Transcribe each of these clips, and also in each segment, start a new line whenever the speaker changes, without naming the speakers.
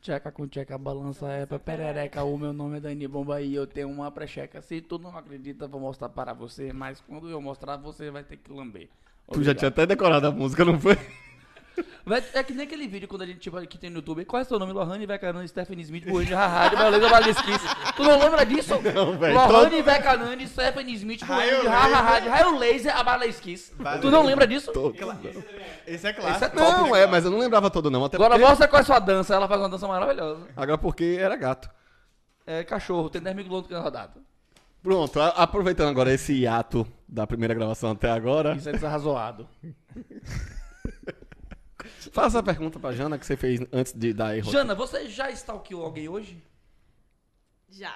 Tcheca com tcheca, balança é pra perereca. O meu nome é Dani Bomba e eu tenho uma precheca. Se tu não acredita, vou mostrar para você, mas quando eu mostrar, você vai ter que lamber.
Tu já tinha até decorado a música, não foi?
Vai- é que nem aquele vídeo quando a gente tipo, que tem no YouTube. Qual é seu nome? Lohane Vecanani, Stephanie Smith, Burrinho, Rahad, Beleza Valesquice. Tu não lembra disso?
Não, velho,
Lohane Vecanani, Stephanie Smith, Burrinho, Rahad, Raio Laser, Abalesquice. Tu não lembra disso?
Tô-
Esse é
Esse
clássico.
é top,
Não, é, mas eu não lembrava todo não. Até
Agora
porque...
mostra qual é a sua dança. Ela faz uma dança maravilhosa.
Agora porque era gato.
É cachorro, tem 10 mil quilômetros na rodada.
Pronto, a- aproveitando agora esse hiato da primeira gravação até agora,
Isso é desarrazoado.
faça a pergunta pra Jana que você fez antes de dar erro.
Jana, você já stalkeou alguém hoje?
Já.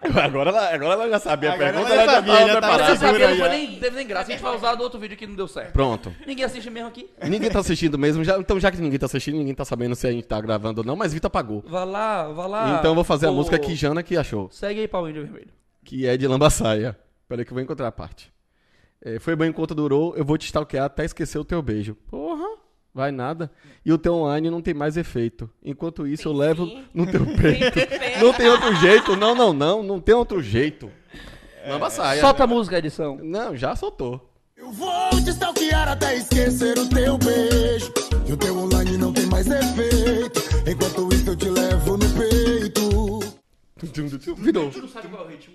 Agora, ela, agora ela já sabia a
Agora
pergunta,
ela
ela já
sabia,
tava
já tava
preparada.
Ah, Você sabia, não
aí,
foi
ó.
nem, teve nem graça. A gente vai usar do outro vídeo que não deu certo.
Pronto.
Ninguém assiste mesmo aqui.
Ninguém tá assistindo mesmo, já- então já que ninguém tá assistindo, ninguém tá sabendo se a gente tá gravando ou não, mas Vitor apagou.
Vai lá, vai lá.
então eu vou fazer a
Ô,
música que Jana que achou.
Segue aí, Paulinho de Vermelho.
que é de Lambaçaia. Peraí que eu vou encontrar a parte. É, foi bem enquanto durou, eu vou te stalkear até esquecer o teu beijo. Porra, vai nada. E o teu online não tem mais efeito. Enquanto isso, eu
Tem
levo
sim.
no teu peito. não tem outro jeito, não, não, não, não tem outro jeito. Lambaçaia.
Solta a música, edição.
Não, já soltou.
Eu vou te stalkear até esquecer o teu beijo. E o teu online não tem mais efeito. Enquanto isso eu te levo no peito.
Virou.
não sabe qual é o ritmo.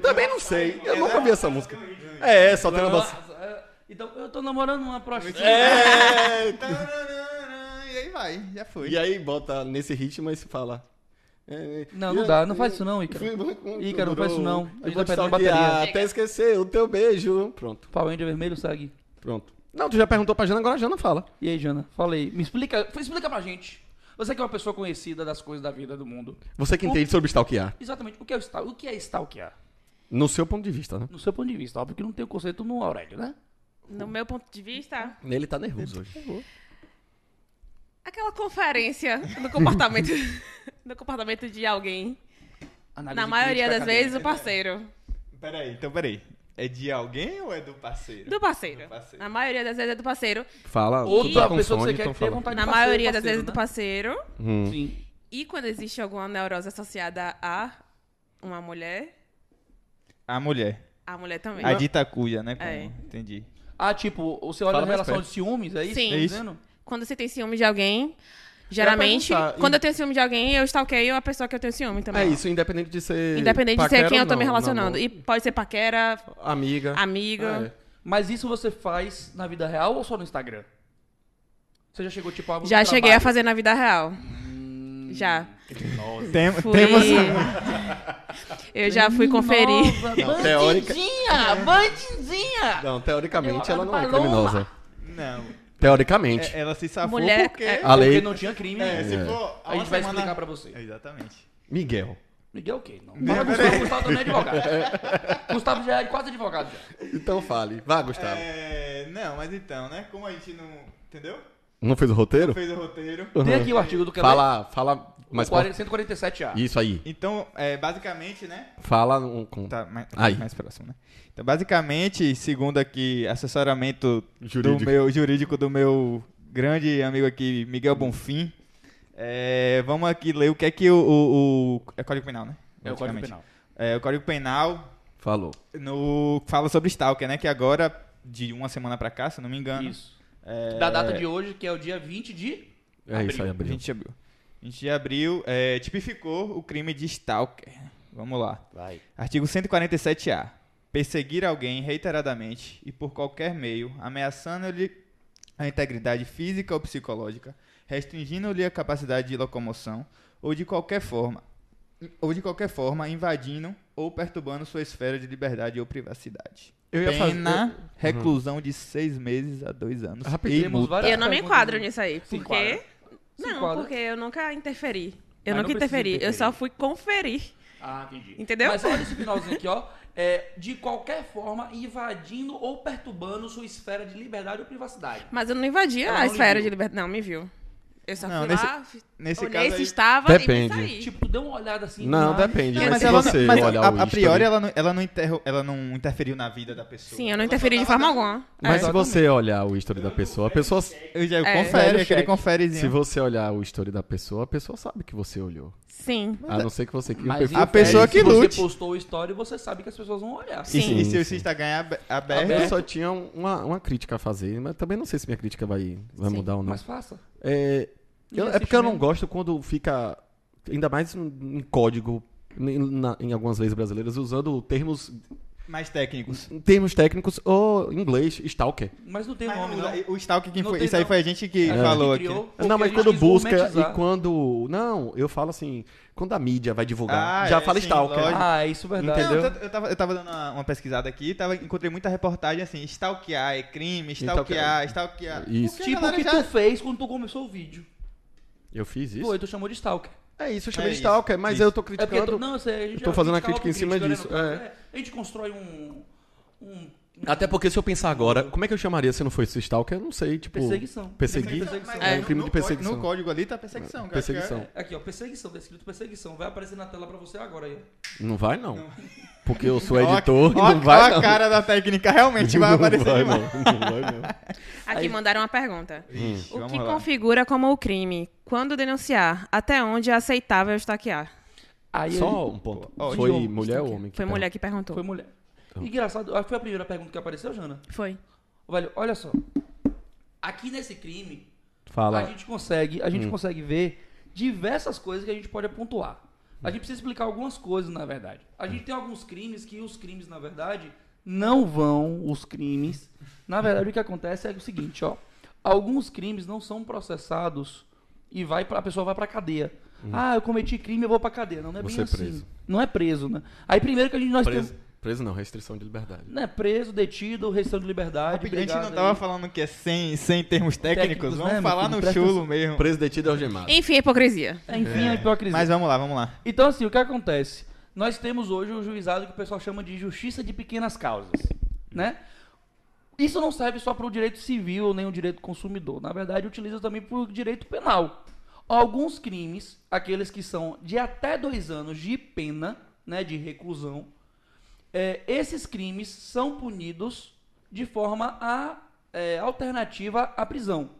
Também não sei, eu nunca vi essa música. É, só tem Lambaçaia.
Então, eu tô namorando uma prostituta.
É,
Tananana, E aí vai, já foi.
E aí bota nesse ritmo e se fala. é,
Não,
e
não
eu-
dá, não faz isso não, Ícaro.
Fui bom enquanto
Ícaro, não
durou.
faz isso não. A
Eu
gente
vou
tá
te
perdendo
stalkear
bateria.
até esquecer o teu beijo. Pronto,
Paulinho de Vermelho, segue.
pronto. Não, tu já perguntou pra Jana, agora a Jana fala.
E aí, Jana? Fala aí. Me explica, explica pra gente. Você que é uma pessoa conhecida das coisas da vida do mundo.
Você que entende sobre stalkear.
Exatamente, o que é, stal- o que é stalkear?
No seu ponto de vista, né?
No seu ponto de vista, óbvio que não tem o conceito no Aurélio, né?
No meu ponto de vista,
Ele tá nervoso hoje.
aquela conferência do comportamento, do comportamento de alguém.
Análise
Na maioria
crítica
das vezes,
acadêmica.
o parceiro.
Peraí, então peraí. É de alguém ou é do parceiro?
Do parceiro.
Do parceiro.
Na maioria das vezes é do parceiro.
Fala.
Ou
tu
da
com
pessoa que
sono,
você quer
então
que tenha
fala. Hum.
vontade de
Na
parceiro,
maioria das
parceiro,
vezes é do
né?
parceiro.
Sim.
E quando existe alguma neurose associada a uma mulher,
A mulher.
a mulher também.
A dita cuja, né? Como?
É.
Entendi.
Ah, tipo, você olha
Fala
na
mais
relação
perto.
de ciúmes, é isso?
Sim.
Tá
É
isso.
dizendo?
Quando você tem ciúme de alguém, geralmente,
perguntar,
quando
e-
eu tenho ciúme de alguém, eu stalkeio a pessoa que eu tenho ciúme também.
É isso, independente de ser.
Independente de ser
paquera
quem
ou
eu tô me
não,
relacionando.
namoro.
E pode ser paquera,
Amiga.
amigo.
É.
Mas isso você faz na vida real ou só no Instagram? Você já chegou, tipo, a
Já cheguei a fazer na vida real. Já.
Hum. Tem,
Fui...
Temos.
Eu já fui conferir.
É. Não, teórica-
bandidinha!
Não, teoricamente
Eu-
ela não é
Paloma.
criminosa.
Não.
Teoricamente.
É, ela se safou
Mulher-
porque.
é-
A
Porque
lei.
não tinha crime.
É, se for.
A gente vai explicar pra você.
Exatamente.
Miguel.
Miguel o quê? é Não. Fala Gustavo, Gustavo também é advogado. Gustavo já é quase advogado. Já.
Então fale. Vá, Gustavo.
É, não, mas então, né? Como a gente não. Entendeu?
Não fez o roteiro?
Fez o roteiro.
Tem aqui o artigo do que
Fala, fala mais forte.
147A.
Isso aí.
Então, é, basicamente, né?
Fala um, com
Tá mais,
Aí.
mais próximo, né? Então, basicamente, segundo aqui, assessoramento
Jurídico.
do meu jurídico do meu grande amigo aqui, Miguel Bonfim. é, vamos aqui ler o que é que o. o, o- é Código Penal, né?
É o Código
Basicamente.
Penal.
É, o Código Penal
Falou.
no, fala sobre Stalker, né? Que agora, de uma semana pra cá, se eu não me engano.
Isso.
é,
Da data de hoje, que é o dia 20 de...
É isso aí,
A
abriu.
gente de abril. A gente de abril é, tipificou o crime de stalker. Vamos lá.
Vai.
Artigo 147-A. Perseguir alguém reiteradamente e por qualquer meio, ameaçando-lhe a integridade física ou psicológica, restringindo-lhe a capacidade de locomoção ou de qualquer forma, ou de qualquer forma invadindo ou perturbando sua esfera de liberdade ou privacidade.
Eu ia fazer- Uhum.
Pena, reclusão de seis meses a dois anos.
Rapidinho,
e
Temos
multa.
várias
Eu não me
perguntas.
enquadro nisso aí.
Se
Porque.
enquadra. né? Se
Não,
enquadra.
porque eu nunca interferi. Eu
Mas não
nunca
precisa
interferi. Eu
interferir.
só fui conferir.
Ah, entendi.
Entendeu?
Mas olha esse finalzinho aqui, ó. É, de qualquer forma, invadindo ou perturbando sua esfera de liberdade ou privacidade.
Mas eu não invadi
Ela
a
não lhe
esfera
viu.
de liberdade. Não, me viu. Eu só
Não,
fui
nesse-
lá, fi-
nesse
olhei
caso
se
aí-
estava
Depende.
e me saí.
Tipo, tu deu uma olhada assim.
Não,
do nada.
depende.
Não,
é
mas
se
ela
você
não, mas
olhar
a,
o
a
history-
priori ela não, ela, não interro- ela não interferiu na vida da pessoa.
Sim, eu
Ela
não
só
interferi de
tava
forma
dando-
alguma.
Mas
É.
se você olhar o history da pessoa, a pessoa.
Eu já
É.
confere,
Sério,
aquele
cheque.
conferezinho.
Se você olhar o history da pessoa, a pessoa sabe que você olhou.
Sim.
A não ser que você crie um
Mas
perfil.
A
em
é pessoa
tese,
que
se
lute.
Você postou o story, você sabe que as pessoas vão olhar.
E,
Sim.
e se
Sim,
o
sim.
Instagram é ab-
Eu
aberto,
só tinha uma, uma crítica a fazer, mas também não sei se minha crítica vai, vai
Sim,
mudar ou não.
Mas faça.
É,
E
eu- é
assiste
porque eu não
mesmo.
gosto quando fica, ainda mais em em código, em, na- em algumas leis brasileiras, usando termos,
mais técnicos.
termos técnicos ou em inglês, stalker.
Mas não tem
Mas
nome,
não
não.
usa- O Stalk, quem
Não
foi,
tem
isso aí
não.
foi a gente que
A gente
falou
que
aqui.
criou, porque
não,
a
mas
gente
quando
quis
busca e
gourmetizar.
quando... Não, eu falo assim, quando a mídia vai divulgar,
Ah,
já
é,
fala
sim,
stalker.
lógico.
Ah, isso é verdade.
Não, tá-
Entendeu?
eu, eu tava, eu tava dando uma, uma pesquisada aqui, tava, encontrei muita reportagem assim, stalkear é crime, stalkear, stalkear.
Então, Isso.
Porque a
Tipo o
galera
que
já-
tu fez quando tu começou o vídeo.
Eu fiz isso.
Foi, tu chamou de stalker.
É isso, eu chamei
É
de
isso,
stalker, mas
isso.
eu tô
É porque
criticando...
tu, não, eu sei, a gente
eu tô
já-
fazendo
a gente
a crítica em
acaba
cima
com
disso,
né, no
é.
caso. É, A gente constrói um... um-
Até porque se eu pensar agora, como é que eu chamaria se não fosse stalker? Eu não sei, tipo...
Perseguição.
Perseguir?
Perseguição.
É um
no-
crime
no
de
có-
perseguição.
No código ali tá perseguição. cara,
Perseguição.
que
Aqui, ó, perseguição, tá escrito perseguição. Vai aparecer na tela pra você agora aí.
Não vai, não. Porque eu sou
é- Ó-
editor
ó-
e não vai,
ó
não.
a cara da técnica, realmente vai
Não
aparecer
vai,
demais.
não. Não vai, não.
Aqui mandaram uma pergunta.
Ixi,
O
vamos
que
lá.
configura como o crime? Quando denunciar? Até onde é aceitável estaquear?
Aí
Só um ponto.
Ó,
Foi
Diogo,
mulher ou homem? que
tá.
Foi
perguntou?
mulher que perguntou.
Foi mulher. Engraçado, acho que foi a primeira pergunta que apareceu, Jana.
Foi.
Velho, olha só. Aqui nesse crime, a
Fala.
gente consegue, a gente
Hum.
consegue ver diversas coisas que a gente pode apontar. A gente precisa explicar algumas coisas, na verdade. A gente tem alguns crimes que os crimes, na verdade, não vão os crimes. Na verdade, o que acontece é o seguinte, ó. Alguns crimes não são processados e vai pra, a pessoa vai pra cadeia. Ah, eu cometi crime, eu vou pra cadeia. Não, não é
Hum. Você
bem
é
assim.
preso.
Não é preso, né? Aí primeiro que a gente nós
Preso,
temos,
preso não, restrição de liberdade.
né, preso, detido, restrição de liberdade,
Tá A gente não
obrigado
tava
aí.
falando que é sem, sem termos técnicos,
Técnicos,
vamos
né, meu
falar
filho?
no
Presta
chulo mesmo.
Preso detido e algemado.
Enfim, hipocrisia.
Enfim,
É.
a hipocrisia.
Mas vamos lá, vamos lá.
Então, assim, o que acontece? Nós temos hoje o juizado que o pessoal chama de justiça de pequenas causas, né? Isso não serve só para o direito civil nem o direito consumidor. Na verdade, utiliza também para o direito penal. Alguns crimes, aqueles que são de até dois anos de pena, né, de reclusão, é, esses crimes são punidos de forma a, é, alternativa à prisão.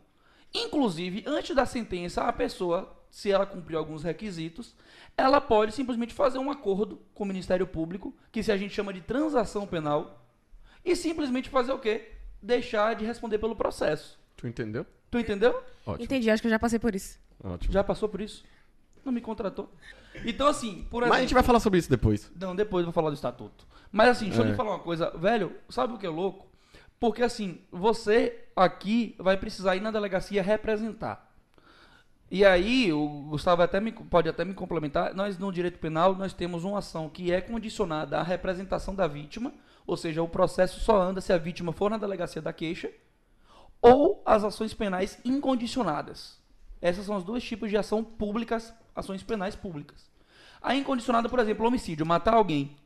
Inclusive, antes da sentença, a pessoa, se ela cumprir alguns requisitos, ela pode simplesmente fazer um acordo com o Ministério Público, que se a gente chama de transação penal, e simplesmente fazer o quê? Deixar de responder pelo processo.
Tu entendeu?
Tu entendeu?
Ótimo.
Entendi, acho que eu já passei por isso.
Ótimo.
Já passou por isso? Não me contratou. Então, assim, por exemplo...
Mas a gente vai falar sobre isso depois.
Não, depois eu vou falar do estatuto. Mas assim, deixa eu
É.
lhe falar uma coisa, velho, sabe o que é louco? Porque assim, você aqui vai precisar ir na delegacia representar. E aí, o Gustavo até me- pode até me complementar, nós no direito penal, nós temos uma ação que é condicionada à representação da vítima, ou seja, o processo só anda se a vítima for na delegacia da queixa, ou as ações penais incondicionadas. Essas são os dois tipos de ação públicas, ações penais públicas. A incondicionada, por exemplo, homicídio, matar alguém.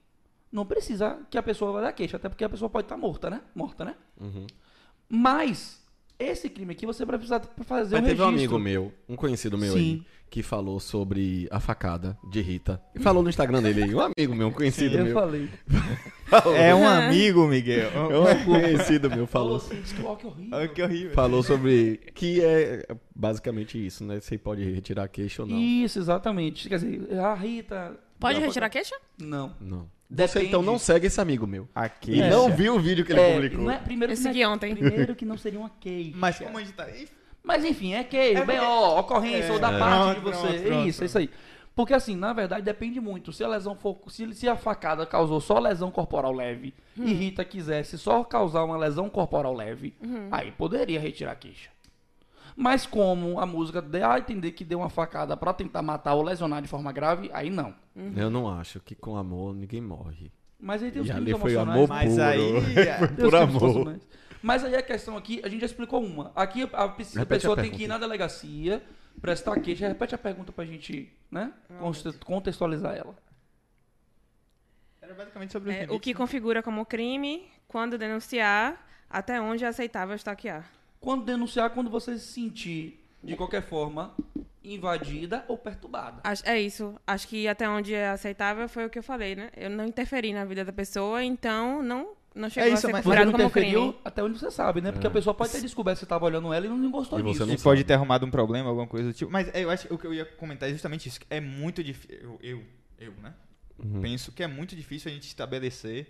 Não precisa que a pessoa vá dar queixa, até porque a pessoa pode estar morta, né? Morta, né?
Uhum.
Mas, esse crime aqui você vai precisar fazer
Mas
um
teve
registro.
um amigo meu, um conhecido meu aí,
Sim.
que falou sobre a facada de Rita. E falou no Instagram dele aí. Um amigo meu, um conhecido
Eu
meu.
falei.
É um amigo, Miguel.
É um conhecido meu,
Falou
falou. Ah,
assim, disse que ó, que horrível.
Olha que horrível.
Falou sobre que é basicamente isso, né? Você pode retirar queixa ou não.
Isso, exatamente. Quer dizer, a Rita...
Pode
Não,
retirar a queixa?
Não.
Não. Você
Depende.
então não segue esse amigo meu.
Aqui.
E não viu o vídeo que ele
É,
publicou.
não é- primeiro,
Eu
que não é-
segui ontem.
primeiro que não seria uma queixa.
Mas como a gente tá. Ih,
Mas enfim, é que o BO, ocorrência ou da
É.
parte de
Pronto,
você.
pronto, pronto,
isso, é isso aí. Porque assim, na verdade, depende muito. Se a lesão for. Se, se a facada causou só lesão corporal leve
Uhum.
e Rita quisesse só causar uma lesão corporal leve,
Uhum.
aí poderia retirar a queixa. Mas como a música deu a entender que deu uma facada pra tentar matar ou lesionar de forma grave, aí não.
Eu não acho que com amor ninguém morre.
Mas aí tem os
E
crimes
ali foi
emocionais,
amor
né?
Mas
puro.
aí- é.
Foi
Deus
por
que nos fosse
amor.
mais. Mas aí a questão aqui, a gente já explicou uma. Aqui a, pes- a
Repete a
pessoa tem
pergunta.
que ir na delegacia, prestar queixa. Repete a pergunta pra gente, né? conte- Contextualizar ela.
Era basicamente sobre
É,
os
o que configura como crime, quando denunciar, até onde é aceitável estaquear.
Quando denunciar, quando você se sentir de qualquer forma invadida ou perturbada.
Acho- É isso. Acho que até onde é aceitável foi o que eu falei, né? Eu não interferi na vida da pessoa, então não, não chegou
isso,
a ser
mas-
É Você
configurado
não
como um
interferiu
crime.
até onde você sabe, né? Porque a pessoa pode ter descoberto que você tava olhando ela e não gostou
É. E você
disso.
não
E
sabe.
pode ter arrumado um problema, alguma coisa do tipo. Mas é, eu acho que o que eu ia comentar é justamente isso. que É muito difícil. Eu, eu, eu, né?
Uhum.
Penso que é muito difícil a gente estabelecer.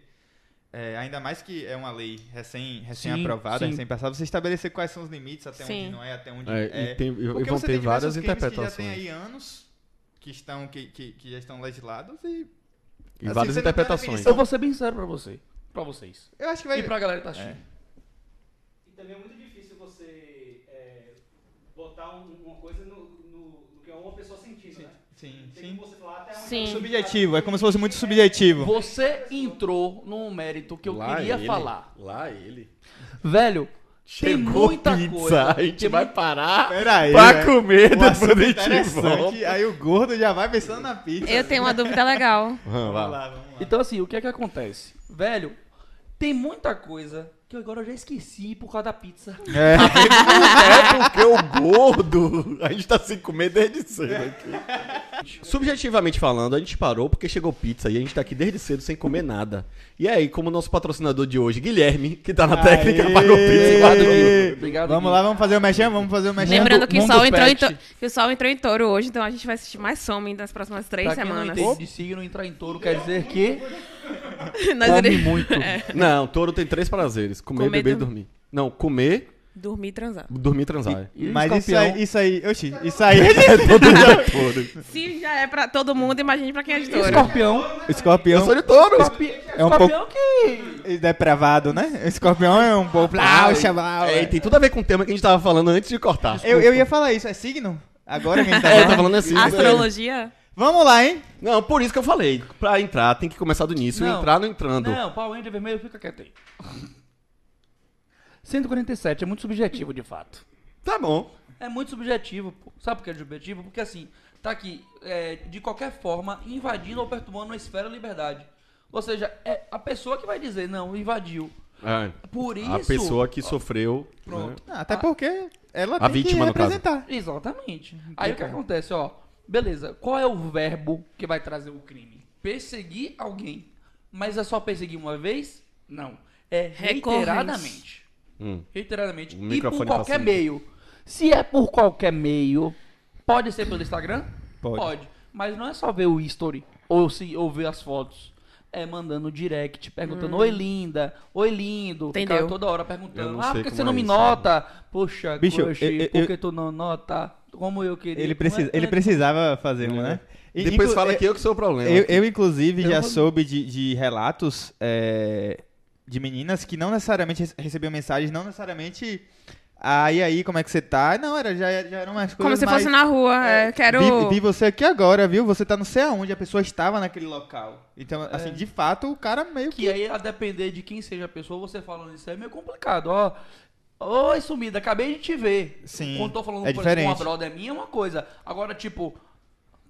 é, ainda mais que é uma lei recém- recém-aprovada,
sim.
recém-passada, você estabelecer quais são os limites, até
Sim.
onde não é, até onde
É,
é.
e, tem, e- e
Porque
vão
você
ter
tem diversos
várias
crimes
interpretações.
Que já tem aí anos que, estão, que, que, que já estão legislados e.
E
Assim,
várias
você não tem a
interpretações.
Eu vou ser bem sério pra você. Pra vocês.
Eu acho que vai.
E pra galera que tá assistindo.
E também é muito difícil você é, botar um- uma coisa no, no- no que é uma pessoa sentindo, né?
Sim,
Tem
sim.
como você falar até onde é
Sim.
Subjetivo, é como se fosse muito subjetivo.
Você entrou num mérito que eu
Lá
queria
ele,
falar.
Lá ele.
Velho,
Chegou
tem muita
pizza,
coisa.
a gente
tem
vai
muito-
parar
Peraí.
pra
né?
comer,
Um assunto
depois a gente volta.
interessante, aí o gordo já vai pensando na pizza.
Eu tenho uma dúvida legal.
Vamos lá.
Vamos lá, vamos lá.
Então, assim, o que é que acontece? Velho, tem muita coisa que agora eu já esqueci por causa da pizza.
É porque o gordo, a gente tá sem comer desde cedo aqui. Subjetivamente falando, a gente parou porque chegou pizza e a gente tá aqui desde cedo sem comer nada. E aí, como nosso patrocinador de hoje, Guilherme, que tá na técnica,
Aê! É.
pagou pizza e guardou.
Obrigado,
Vamos
Gui.
lá, vamos fazer o mexão, vamos fazer o mexão.
Lembrando que o,
mundo
sol entrou em
pet.
to- que o sol entrou em touro hoje, então a gente vai assistir mais Somem nas próximas três
Pra quem não
semanas.
entende de signo, entrar em touro quer dizer que
Nós
come
iremos
muito.
Não, touro tem três prazeres: comer,
Comer,
beber e
dormir.
dormir. Não, comer,
dormir e transar.
dormir e transar.
E o
Mas isso
escorpião-
aí, isso aí, oxi, isso aí.
Todo dia é touro.
Se já é pra todo mundo, imagine pra quem é de touro.
Escorpião.
Escorpião
Sou de touro.
Escorpi...
É um
escorpião que.
é depravado, né? Escorpião é um pouco. Ah, o chaval.
É, e tem tudo a ver com o tema que a gente tava falando antes de cortar.
Eu, eu ia falar isso, é signo? Agora que a gente tá
É, eu tô
falando.
falando assim.
Astrologia?
Vamos lá, hein?
Não, por isso que eu falei. Pra entrar, tem que começar do início.
Não.
Entrar não entrando.
Não, pau índio é vermelho, fica quieto aí. 147 é muito subjetivo, de fato.
Tá bom.
É muito subjetivo, pô. Sabe por que é subjetivo? Porque assim, tá aqui, é, de qualquer forma, invadindo ou perturbando a esfera da liberdade. Ou seja, é a pessoa que vai dizer, não, invadiu.
É.
Por isso.
A pessoa que sofreu.
Pronto.
Ah, Até porque ela
A
tem
vítima,
que
no caso.
representar.
Exatamente. Aí o que acontece, ó. Beleza, qual é o verbo que vai trazer o crime? Perseguir alguém. Mas é só perseguir uma vez? Não. É
Recorrente.
reiteradamente.
Hum.
Reiteradamente.
O
e por
microfone
qualquer
passando.
meio. Se é por qualquer meio, pode ser pelo Instagram?
Pode.
Mas não é só ver o history ou, se, ou ver as fotos. É mandando direct, perguntando, oi linda, oi lindo.
Entendeu.
Ficar toda hora perguntando,
não
ah,
sei
por que
como
você
é
não me
isso,
nota? Poxa,
Bicho,
crush,
eu- eu-
por
eu-
que tu não nota? Como eu queria.
Ele,
Não é-
precisa,
não
ele
é-
precisava fazer um, né? E,
É. Depois
inclu-
fala que eu que sou o problema.
Eu, eu, inclusive,
Eu
já
vou-
soube de, de relatos é, de meninas que não necessariamente rece- recebiam mensagens, não necessariamente. Ah, e aí, como é que você tá? Não, era, já, já eram umas coisas.
Como se
mais-
fosse na rua. é, quero.
Vi, vi você aqui agora, viu? Você tá não sei aonde, a pessoa estava naquele local. Então, assim, de fato, o cara meio que.
Que aí, a depender de quem seja a pessoa, você falando isso aí é meio complicado, ó. Oi, sumida, acabei de te ver.
Sim,
Quando tô falando
é
por exemplo, com uma
diferente.
brother minha, é uma coisa. Agora, tipo,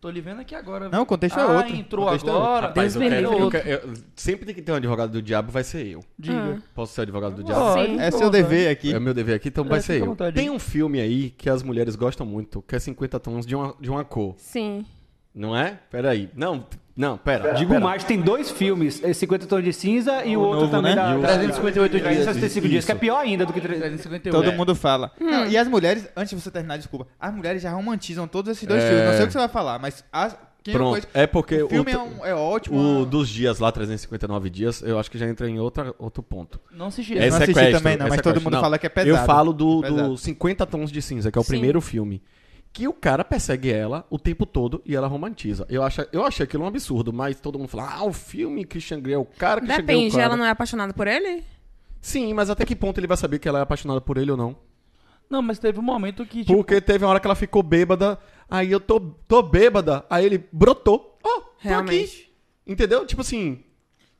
tô lhe vendo aqui agora.
Não, o contexto é
ah,
outro.
entrou
O contexto é outro.
agora.
Rapaz, eu
Deus me
quero-
livre.
eu quero- eu- sempre tem que ter um advogado do diabo, vai ser eu.
Ah,
Diga.
Posso ser o advogado do diabo?
Sim.
Olha,
É seu dever aqui.
É meu dever aqui, então
É,
vai ser
fica à
eu.
vontade.
Tem um filme aí que as mulheres gostam muito, que é 50 tons de uma, de uma cor.
Sim.
Não é? Pera aí. Não, não, pera.
Digo mais, tem dois filmes,
é,
esse 50 Tons de Cinza e o, outro
novo,
também
né?
da...
E o-
da-
358 dias.
365 dias,
Isso.
que é pior ainda do que... tre-
358.
Todo
É.
mundo fala.
Hum.
Não, e as mulheres, antes de você terminar, desculpa, as mulheres já romantizam todos esses dois
É.
filmes. Não sei o que você vai falar, mas as, quem não
Pronto,
conhece-
é porque
o filme
o-
é, um- é ótimo.
O
uma-
dos dias lá, 359 dias, eu acho que já entra em outra, outro ponto.
Não se
É
gira.
É
não assisti
sequestro,
também, não,
é
mas todo
sequestro.
mundo
Não,
fala que é pesado.
Eu falo do, do
Pesado.
50 Tons de Cinza, que é o
Sim.
primeiro filme. Que o cara persegue ela o tempo todo e ela romantiza. Eu, acho, eu achei aquilo um absurdo, mas todo mundo fala, ah, o filme Christian Grey é o cara que Grey é o
Depende,
cara.
ela não é apaixonada por ele?
Sim, mas até que ponto ele vai saber que ela é apaixonada por ele ou não?
Não, mas teve um momento que, tipo,
Porque teve uma hora que ela ficou bêbada, aí eu tô, tô bêbada, aí ele brotou. Ó, tô aqui.
Realmente.
Entendeu? Tipo assim,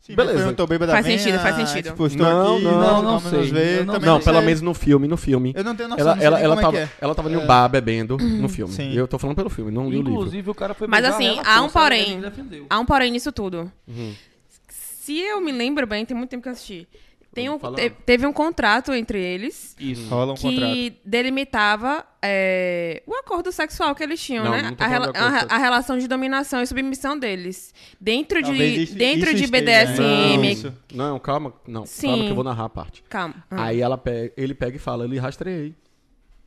Sim,
Beleza.
mas foi um tô bêbada
Faz
minha,
sentido, faz sentido.
Tipo, estou
Não,
aqui,
não,
não
vamos
sei.
nos ver,
Eu não
também
sei.
não, é pelo
sei.
menos no filme, no filme.
Eu não tenho noção,
Ela,
não sei
ela,
nem
ela,
como
tava,
é que é.
ela tava em um bar bebendo no filme.
Sim.
E eu tô falando pelo filme, não li o livro.
inclusive, o cara foi
Mas
beijar
assim,
ela,
há um
força, ela
porém.
se defendeu.
Uhum.
Há um porém nisso tudo. Se eu me lembro bem, tem muito tempo que eu assisti. Tem um,
Falando.
te- teve um contrato entre eles
Isso.
Rola um contrato.
que delimitava é, o acordo sexual que eles tinham,
Não,
né?
não tô
a,
falando
rela-
de acordo
a-
sexual.
a relação de dominação e submissão deles. Dentro
Talvez
de,
isso-
dentro
isso
de
esteja,
BDSM.
né? Isso.
Não, calma, não. Calma
Sim.
que eu vou narrar a parte.
Calma. Ah,
Aí ela pega, ele pega e fala, eu lhe rastreei.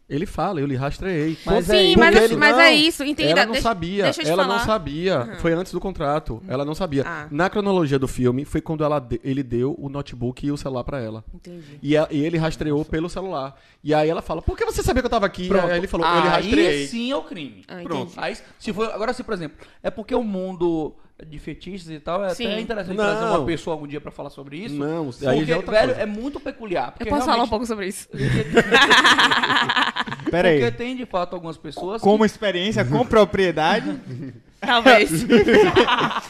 Ele fala, eu lhe rastreei.
Mas é
Sim,
isso.
mas,
Porque ele-
mas
não,
é isso. Entenda.
ela não
deixa-
sabia,
deixa eu te
ela
falar.
não sabia. Foi antes do contrato, ela não sabia.
Ah.
Na cronologia do filme, foi quando ela de- ele deu o notebook e o celular pra ela.
Entendi.
E, a- e ele rastreou pelo celular. E aí ela fala, por que você sabia que eu tava aqui?
Pronto. Ah,
Aí ele falou, eu lhe
aí
rastreei.
sim é o crime.
Ah,
Pronto.
entendi.
Aí, se for, agora, se, por exemplo, é porque o mundo de fetiches e tal, é
Sim.
até interessante
Não.
trazer uma pessoa algum dia pra falar sobre isso.
Não, aí
porque,
já é outra
velho,
coisa.
é muito peculiar.
Eu
Porque
posso falar um
realmente-
pouco sobre isso.
Pera aí.
Porque tem, de fato, algumas pessoas que-
Como experiência, com propriedade,
Talvez.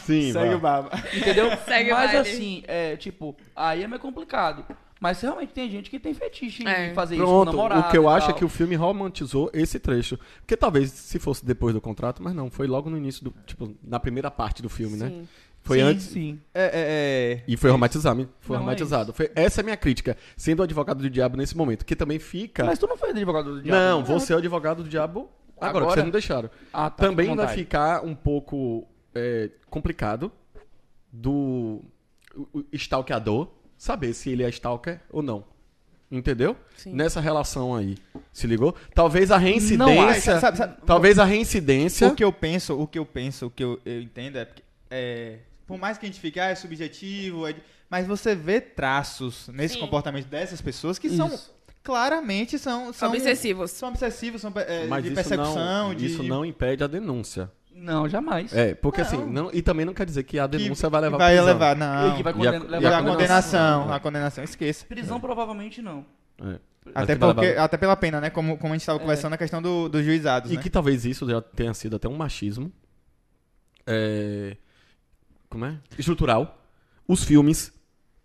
Sim,
segue o
vá.
baba.
Entendeu?
Segue o
Mas
baile.
assim, é tipo, aí é meio complicado. Mas realmente tem gente que tem fetiche
É.
em fazer isso com
Pronto,
namorado.
o que eu
e
acho é
tal.
que o filme romantizou esse trecho. Porque talvez se fosse depois do contrato, mas não, foi logo no início do, tipo, na primeira parte do filme, né?
Sim.
Foi
Sim,
antes
Sim.
É, é, é.
e foi romantizado, foi
Não, é
romantizado. Foi- essa é a minha crítica, sendo o advogado do diabo nesse momento, que também fica
Mas tu não foi advogado do diabo?
Não, você é o advogado do diabo agora,
Agora?
que vocês não deixaram.
Ah, tá,
Também
fica à
vai
vontade.
ficar um pouco é, complicado do o, o stalkeador saber se ele é stalker ou não. Entendeu?
Sim.
Nessa relação aí. Se ligou? Talvez a
é.
Não
reincidência.
acho. Sabe- sabe-
talvez a reincidência.
O que eu penso, o que eu penso, o que eu, eu entendo é porque. é, por mais que a gente fique, ah, é subjetivo, é de- mas você vê traços nesse
Sim.
comportamento dessas pessoas que são. Claramente são. são
Obsessivos.
São obsessivos, são é,
Mas
de
isso,
percepção,
não,
de.
isso não impede a denúncia.
Não, jamais.
É, porque assim, não, e também não quer dizer que a
que
denúncia vai levar
Vai
prisão.
levar,
E
não.
que vai
E a-
conden-
e
levar
E
a
a
condenação.
condenação, a condenação, esqueça.
Prisão provavelmente não.
É. Mas
Até,
que vai
porque,
levar-
até pela pena, né? Como, como a gente
É.
estava conversando na questão do, dos juizados,
E
né?
que talvez isso já tenha sido até um machismo. é, Como é? Estrutural. Os filmes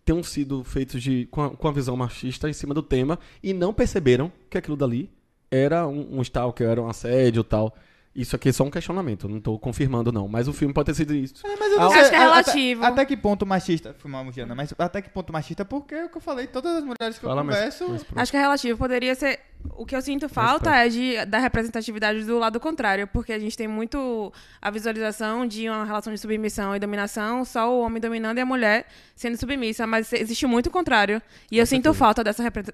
tenham sido feitos de... com, a, com a visão machista em cima do tema e não perceberam que aquilo dali era um, um stalker, era um assédio e tal. Isso aqui é só um questionamento, não tô confirmando não. Mas o filme pode ter sido isso.
É, mas eu
Ah,
acho que é
a-
relativo.
Até, até que ponto machista... Foi mal, Giana, mas até que ponto machista? Porque é o que eu falei, todas as mulheres que
Fala
eu
mais-
converso...
mais pro-
Acho que é relativo. Poderia ser. O que eu sinto falta é de, da representatividade do lado contrário, porque a gente tem muito a visualização de uma relação de submissão e dominação, só o homem dominando e a mulher sendo submissa, mas existe muito o contrário. E eu sinto falta dessa repre-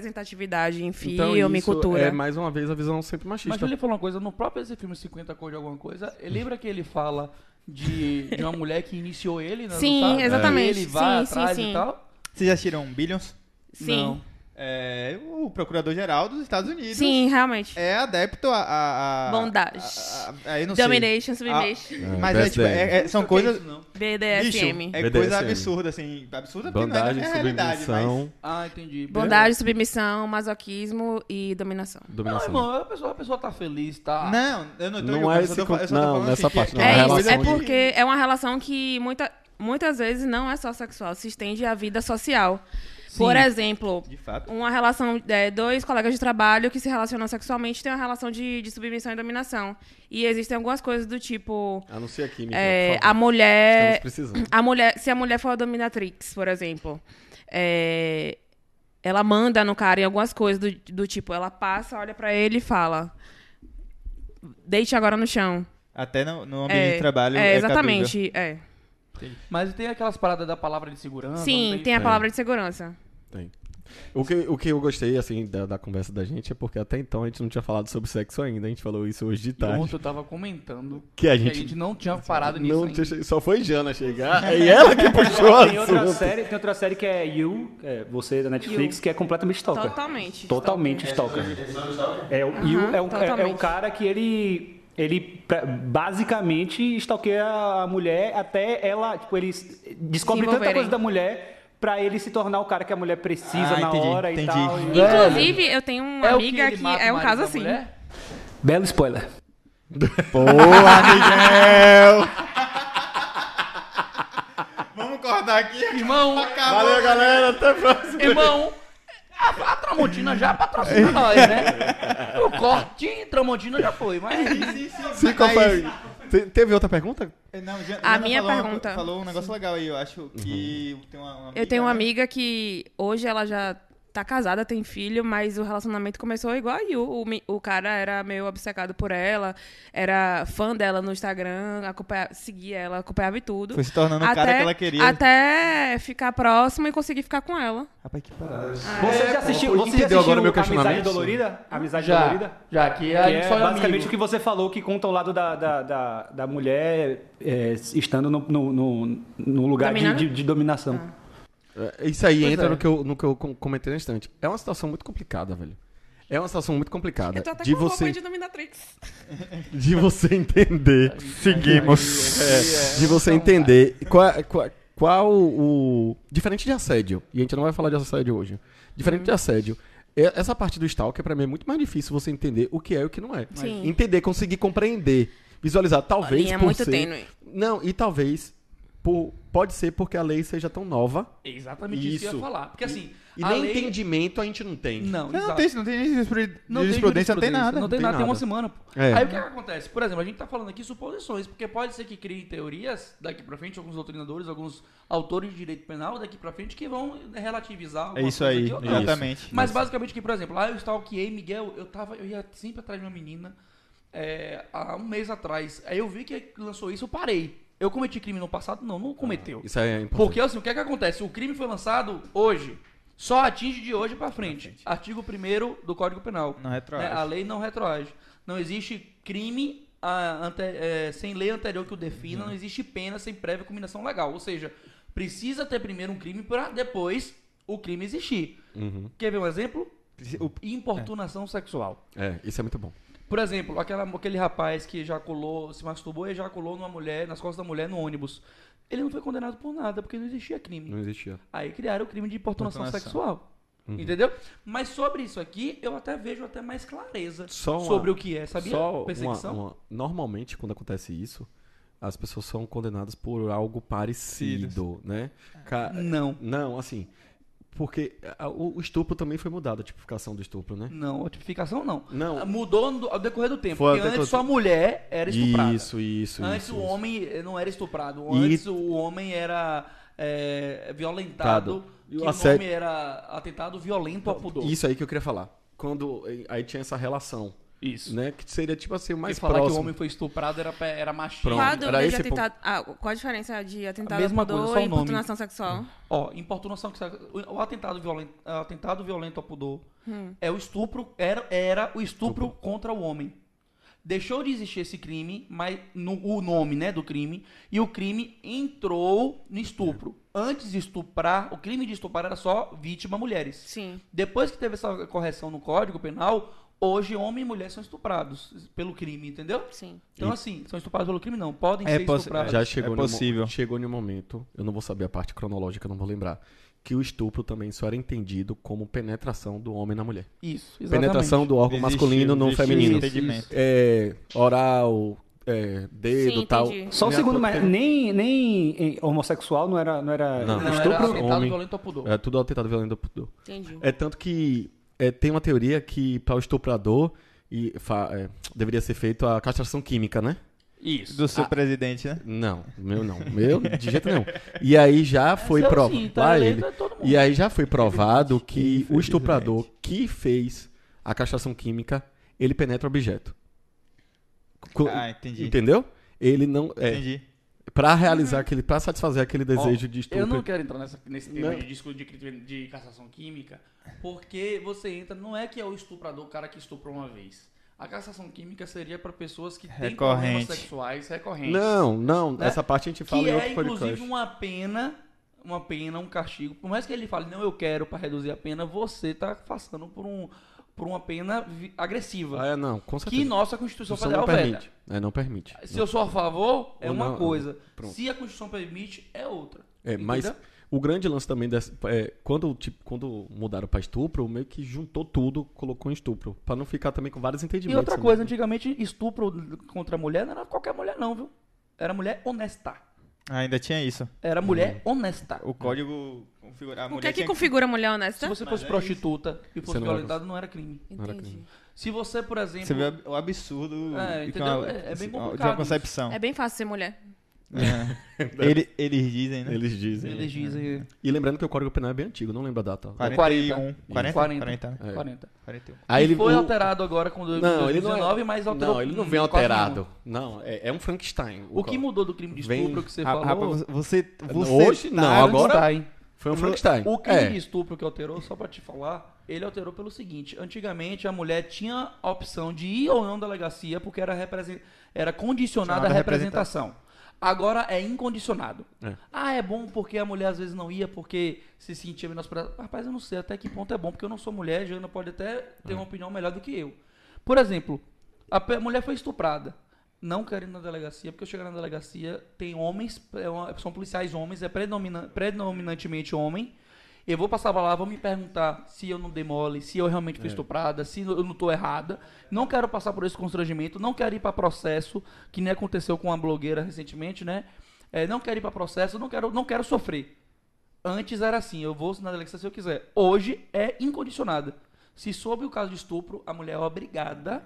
representatividade em
Então,
filme,
isso
cultura.
é mais uma vez a visão sempre machista.
Mas ele falou uma coisa, no próprio esse filme 50 Cor de Alguma Coisa, ele lembra que ele fala de, de uma mulher que iniciou ele, né? não
Sim,
sabe?
exatamente.
Ele vai
Sim, sim,
atrás
sim.
e tal.
Vocês já assistiram Billions?
Sim.
Não.
É, o procurador-geral dos Estados Unidos
Sim, realmente.
é adepto a... a, a
Bondage.
a- a- aí eu não sei.
Domination, submission,
Ah, mas
É,
é, tipo, é- é- são
Não
coisas...
quer isso, não.
BDSM.
Bicho, é coisa
BDSM.
absurda, assim. Absurda porque não é,
Bandagem,
é realidade,
submissão,
mas...
Ah, entendi.
Bondade, submissão, masoquismo e dominação.
Não,
dominação.
irmão, a pessoa, a pessoa tá feliz,
Ah.
tá?
Não, eu não tô
Não
julgando,
é
eu só tô
esse
fa- eu só tô
con- não,
falando
nessa
assim, que
parte não,
que
é
É isso,
relação
é
de-
porque é uma relação que muita, muitas vezes não é só sexual, se estende à vida social. Por exemplo,
De fato.
uma relação, é, dois colegas de trabalho que se relacionam sexualmente têm uma relação de, de submissão e dominação. E existem algumas coisas do tipo,
A não ser aqui, Miguel,
é,
por favor.
a mulher
Estamos precisando.
a mulher, se a mulher for a dominatrix, por exemplo, é, ela manda no cara em algumas coisas do, do tipo, ela passa, olha pra ele e fala: deite agora no chão.
Até no, no ambiente de trabalho
é,
é cabível.
exatamente, é.
Mas tem aquelas paradas da palavra de segurança.
Sim,
não
tem
É.
a palavra de segurança.
Tem. O que, o que eu gostei, assim, da, da conversa da gente é porque até então a gente não tinha falado sobre sexo ainda. A gente falou isso hoje de
E
tarde.
Ontem eu tava comentando
Que
que
a
a
gente
gente não tinha parado nisso
não
ainda.
tinha- Só foi Jana chegar e ela que puxou o
Tem outra
assunto.
série, tem outra série que é You, que é você da Netflix,
You.
que é completamente stalker.
Totalmente.
Totalmente stalker. É, o You é um, é, é um
totalmente.
cara que ele ele pra- basicamente stalkeia a mulher até ela, tipo, ele s- descobre
Se
tanta
envolverem.
coisa da mulher pra ele se tornar o cara que a mulher precisa
Ah,
na
entendi,
hora
entendi.
e tal. E-
Inclusive, eu tenho uma
É o
amiga
ele
que,
mata
é
o
um
marido
caso
da
assim.
mulher?
Belo spoiler.
Boa, Miguel! Vamos cortar aqui.
Irmão,
Valeu, galera. Até a próxima.
irmão, a, a Tramontina já patrocina nós, né? O corte Tramontina já foi, mas.
Sim, sim,
Cinco
mas- é
foi. Te- teve outra pergunta?
Não, Jan-
A
Jana
minha
falou uma co-
pergunta.
falou um negócio legal aí, eu
Uhum.
acho que tem uma, uma
Eu tenho uma
né?
amiga que hoje ela já tá casada, tem filho, mas o relacionamento começou igual a Yu. O, me- o cara era meio obcecado por ela, era fã dela no Instagram, acompanha- seguia ela, acompanhava e tudo.
Foi se tornando o cara que ela queria.
Até ficar próxima e conseguir ficar com ela.
Rapaz, que parada.
Você já assistiu, você
Entendeu
já assistiu
agora meu
Amizade
questionamento?
Dolorida? Amizade
Já,
Dolorida?
já, que
Que
a gente
é
só é
basicamente
amigo.
o que você falou, que conta o lado da, da, da, da mulher é, estando no, no, no- no lugar de,
Dominando?
de- de dominação.
É, Isso aí
Pois
entra
é.
no, que eu, no que eu com- comentei no instante. É uma situação muito complicada, velho. É uma situação muito complicada.
Eu tô até
de
com roupa
você
de Dominatrix.
de você
É.
entender.
Seguimos.
de você entender qual, qual, qual o. Diferente de assédio, e a gente não vai falar de assédio hoje. Diferente de assédio. e- Essa parte do stalker, pra mim, é muito mais difícil você entender o que é e o que não é.
Sim.
Entender, conseguir compreender, visualizar. Talvez
linha é
por
muito
ser...
tênue.
Não, e talvez por... pode ser porque a lei seja tão nova
Exatamente isso que eu ia
Isso.
falar. Porque assim,
e
a
nem
lei...
entendimento a gente não tem.
Não,
Não,
exato.
tem, isso, não tem nem jurisprud-
Não tem
jurisprudência, não tem nada.
Não tem,
tem
nada, tem uma
nada.
semana. pô.
É.
Aí o que, é que acontece? Por exemplo, a gente tá falando aqui suposições, porque pode ser que criem teorias daqui pra frente, alguns doutrinadores, alguns autores de direito penal daqui pra frente que vão relativizar
É
alguma
isso
coisa
aí,
aqui ou não.
exatamente.
Mas basicamente que, por exemplo, lá eu stalkeei Miguel, eu tava, eu ia sempre atrás de uma menina é, há um mês atrás. Aí eu vi que lançou isso, eu parei. Eu cometi crime no passado? Não, não cometeu.
Isso é importante.
Porque assim, o que é que acontece? O crime foi lançado hoje. Só atinge de hoje pra frente. Artigo 1 do Código Penal.
Não retroage.
Né? A lei não retroage. Não existe crime ah, ante- eh, sem lei anterior que o defina, não existe pena sem prévia combinação legal. Ou seja, precisa ter primeiro um crime pra depois o crime existir.
Uhum.
Quer ver um exemplo?
O-
Importunação sexual.
É, isso é muito bom.
Por exemplo, aquela- aquele rapaz que já colou, se masturbou e já colou numa mulher, nas costas da mulher no ônibus. Ele não foi condenado por nada, porque não existia crime.
Não existia.
Aí criaram o crime de importunação
Importunação.
sexual.
Uhum.
Entendeu? Mas sobre isso aqui, eu até vejo até mais clareza
Só uma-
sobre o que é, sabia?
Só
Perseguição.
uma- uma- normalmente, quando acontece isso, as pessoas são condenadas por algo parecido, né? Ca-
Não.
Não, assim. Porque a- o, o estupro também foi mudado, a tipificação do estupro, né?
Não, a tipificação não.
Não.
Ah, Mudou no- ao decorrer do tempo.
Foi ao
porque antes
decorrer do
só a mulher era é estuprada.
Isso, isso,
Antes
isso.
o
isso.
homem eh, não era estuprado.
E-
Antes o homem era eh, violentado.
Tado. E
Que
o
o
assédio-
nome era atentado violento ao pudor.
é Isso aí que eu queria falar. Quando eh, aí tinha essa relação,
Isso.
né? Que seria tipo assim, o mais
Mas falar
próximo.
que o homem foi estuprado era, pe- era machismo.
Pronto.
Qual a
era
dúvida de
esse
atentado- ah, qual a diferença de atentado
mesma
ao pudor
coisa, só o
e
nome.
importunação sexual?
Ó, importunação que o o atentado violento, o atentado violento ao pudor é o estupro, era, era o estupro contra o homem. Deixou de existir esse crime, mas no, o nome, né, do crime, e o crime entrou no estupro. Antes de estuprar, o crime de estuprar era só vítima mulheres.
Sim.
Depois que teve essa correção no Código Penal, hoje homem e mulher são estuprados pelo crime, entendeu?
Sim.
Então assim, são estuprados pelo crime não, podem
É
ser
possi-
estuprados.
Já chegou,
É
no mo-
possível.
chegou no momento, eu não vou saber a parte cronológica, eu não vou lembrar, que o estupro também só era entendido como penetração do homem na mulher.
Isso, exatamente.
Penetração do órgão
Desistiu,
masculino no
desistiu do
feminino.
entendimento.
É, oral, é, dedo,
Sim,
tal.
entendi.
Só um
Minha
segundo,
puta,
mas nem, nem eh, homossexual não era, não era
Não,
Não.
era
estupro?
atentado
homem.
violento ao pudor.
É tudo atentado violento ao pudor.
Entendi.
É tanto que é, tem uma teoria que para o estuprador e fa- é, deveria ser feito a castração química, né?
Isso.
Do seu
Ah.
presidente, né?
Não, meu não. Meu, de jeito nenhum. E aí já foi
eu
provado.
sim, tá eleito, é todo mundo.
e aí já foi provado que o estuprador que fez a castração química, ele penetra o objeto. Co-
Ah, entendi.
Entendeu? Ele não. É,
Entendi.
pra realizar aquele. Pra satisfazer aquele desejo de estupro.
Eu não quero entrar nessa- nesse tema
Não.
de disco de, cri- de cassação química, porque você entra, não é que é o estuprador, o cara que estuprou uma vez. A cassação química seria pra pessoas que têm problemas
Recorrente.
sexuais recorrentes.
Não, não,
Né?
essa parte a gente fala
que
em
é
outro
inclusive
podcast.
uma pena, uma pena, um castigo. Por mais que ele fale, não, eu quero pra reduzir a pena, você tá passando por um por uma pena vi-
Ah,
agressiva.
é, não, com
que
certeza.
nossa Constituição Federal
Constituição não
veda.
permite. É, não permite.
Se eu sou a favor, é
Ou
uma
não,
coisa.
pronto.
Se a Constituição permite, é outra.
É, mas
Entendeu?
o grande lance também dessa, é, quando tipo, quando mudaram pra estupro, meio que juntou tudo, colocou em estupro, Pra não ficar também com vários entendimentos.
E
né,
outra
também.
coisa, antigamente estupro contra a mulher não era qualquer mulher não, viu? Era mulher honesta.
Ainda tinha isso.
Era mulher
Hum.
honesta.
O código configura. a
O que
mulher
é que
tinha
configura a mulher honesta?
Se você fosse prostituta e
Você
fosse
não era-
violentada, não era crime.
Entendi.
Se você, por exemplo.
Você vê o absurdo
É,
de que
entendeu?
uma-
É- é bem
assim, de
complicado
uma
isso.
concepção.
É bem fácil ser mulher.
É. Ele- eles dizem, né?
Eles dizem.
Eles dizem.
E lembrando que o Código Penal é bem antigo, não lembro a data.
41.
40.
40?
40.
40, um, né?
40.
É.
41.
Aí
E
ele
foi
o-
alterado agora com dois-
Não, ele não é-
2019, mas alterou.
Não, ele não vem
em quase
alterado.
nenhum.
Não, é, é um Frankenstein.
O que mudou do crime de
Vem-
estupro que você
Ra-
falou?
Rapaz, você, você
É, Hoje
tá-
não, agora
Tá, hein?
foi um Frankenstein.
O crime
É.
de estupro que alterou, só pra te falar, ele alterou pelo seguinte: antigamente a mulher tinha a opção de ir ou não da delegacia porque era, represen- era condicionada à
Chamada
representação. Agora é incondicionado.
É.
Ah, é bom porque a mulher às vezes não ia porque se sentia menosprezada. Rapaz, eu não sei até que ponto é bom, porque eu não sou mulher, a Jana pode até ter uma opinião melhor do que eu. Por exemplo, a pe- mulher foi estuprada. Não quero ir na delegacia, porque eu chegar na delegacia, tem homens, é uma- são policiais homens, é predomina- predominantemente homem. Eu vou passar pra lá, vão me perguntar se eu não dei mole, se eu realmente
É.
fui estuprada, se eu não tô errada. Não quero passar por esse constrangimento, não quero ir pra processo, que nem aconteceu com uma blogueira recentemente, né? É, não quero ir pra processo, não quero, não quero sofrer. Antes era assim, eu vou na delegacia se eu quiser. Hoje é incondicionada. Se soube o caso de estupro, a mulher é obrigada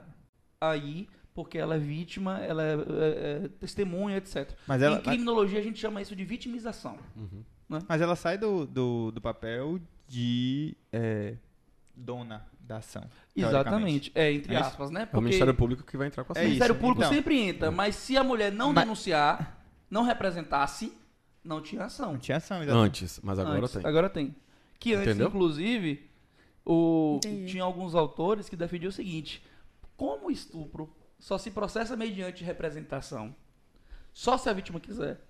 a ir, porque ela é vítima, ela é, é, é testemunha, etc.
Mas ela-
em criminologia a gente chama isso de vitimização.
Mas ela sai do, do, do papel de é, dona da ação. teoricamente.
Exatamente. É, entre
É isso?
aspas, né?
É o Ministério Público que vai entrar com a
o
É
ação.
isso.
Ministério Público
então.
sempre entra, mas se a mulher não
Mas-
denunciar, não representasse, não tinha ação.
Não tinha ação, exatamente.
Antes, mas agora
Antes,
tem.
Agora tem. Que antes,
Entendeu?
inclusive, o...
Entendi.
tinha alguns autores que defendiam o seguinte: como o estupro só se processa mediante representação, só se a vítima quiser.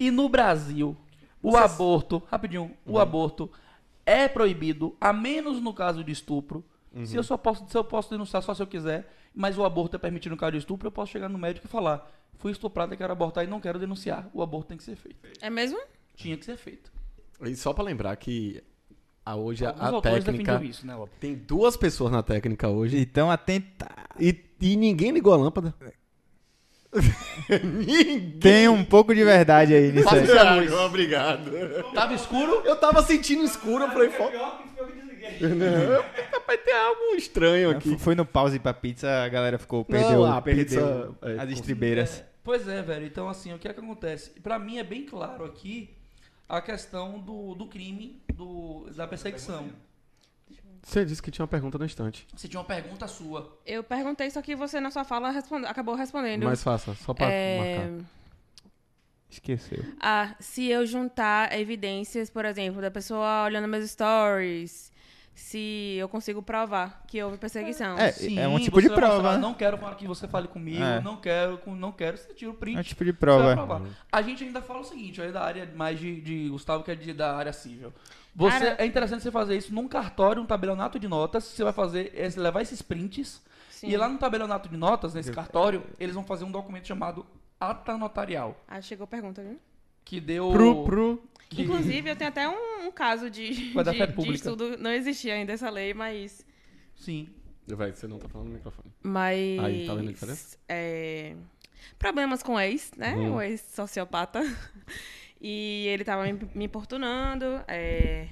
E no Brasil, o aborto, rapidinho,
Uhum.
o aborto é proibido, a menos no caso de estupro. Se
Uhum.
eu só posso, se eu posso denunciar só se eu quiser, mas o aborto é permitido no caso de estupro, eu posso chegar no médico e falar: fui estuprada, quero abortar e não quero denunciar. O aborto tem que ser feito.
É mesmo?
Tinha que ser feito.
E só pra lembrar que a- hoje a-
Alguns
a
autores
técnica...
defendiam isso, né, Lopes?
Tem duas pessoas na técnica hoje
Então, atenta.
e, e ninguém ligou a lâmpada. ninguém.
Tem um pouco de verdade aí nisso aí.
Thiago, obrigado.
Tava escuro?
Eu tava sentindo escuro, eu falei, "Fo-
Pior que foi eu que desliguei.
vai ter algo estranho aqui.
Foi no pause pra pizza, a galera ficou, perdeu,
a pizza-
perdeu
é,
as estribeiras.
Pois é, velho. Então, assim, o que é que acontece? Pra mim é bem claro aqui a questão do, do crime, do, da perseguição.
Você disse que tinha uma pergunta no instante.
Se tinha uma pergunta sua.
Eu perguntei, só que você na sua fala responde- acabou respondendo.
Mas faça, só pra
É,
marcar.
Esqueceu.
ah, se eu juntar evidências, por exemplo, da pessoa olhando meus stories, se eu consigo provar que houve perseguição.
É, é um tipo de
você vai mostrar,
prova. né?
Não quero falar que você fale comigo,
É.
não quero, com- não quero. Você tira o print.
É um tipo de
você vai
prova.
provar. A gente ainda fala o seguinte, aí da área mais de, de Gustavo, que é de- da área civil. Você,
Cara-
É interessante você fazer isso num cartório, um tabelionato de notas. Você vai fazer, é levar esses prints
Sim.
E lá no tabelionato de notas, nesse cartório, eles vão fazer um documento chamado ata notarial,
Ah, chegou a pergunta, viu?
que deu...
Pro, pro.
Que-
Inclusive, eu tenho até um, um caso de,
Vai dar fé
de, de
pública.
estudo. Não existia ainda essa lei, mas.
Sim.
Vai, você não tá falando no microfone.
Mas.
Aí, tá vendo a diferença? Uhum.
é, problemas com o ex, né? O ex-sociopata. E ele tava me, me importunando. é,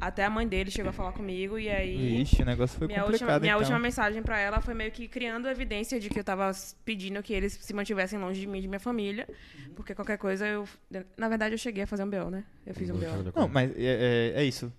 Até a mãe dele chegou a falar comigo. E aí.
Ixi, o negócio foi
minha última,
complicado,
minha
então.
última mensagem pra ela foi meio que criando evidência de que eu tava s- pedindo que eles se mantivessem longe de mim e de minha família. Porque qualquer coisa eu. Na verdade, eu cheguei a fazer um BO, né? Eu fiz um BO.
Não, mas é, é- é isso.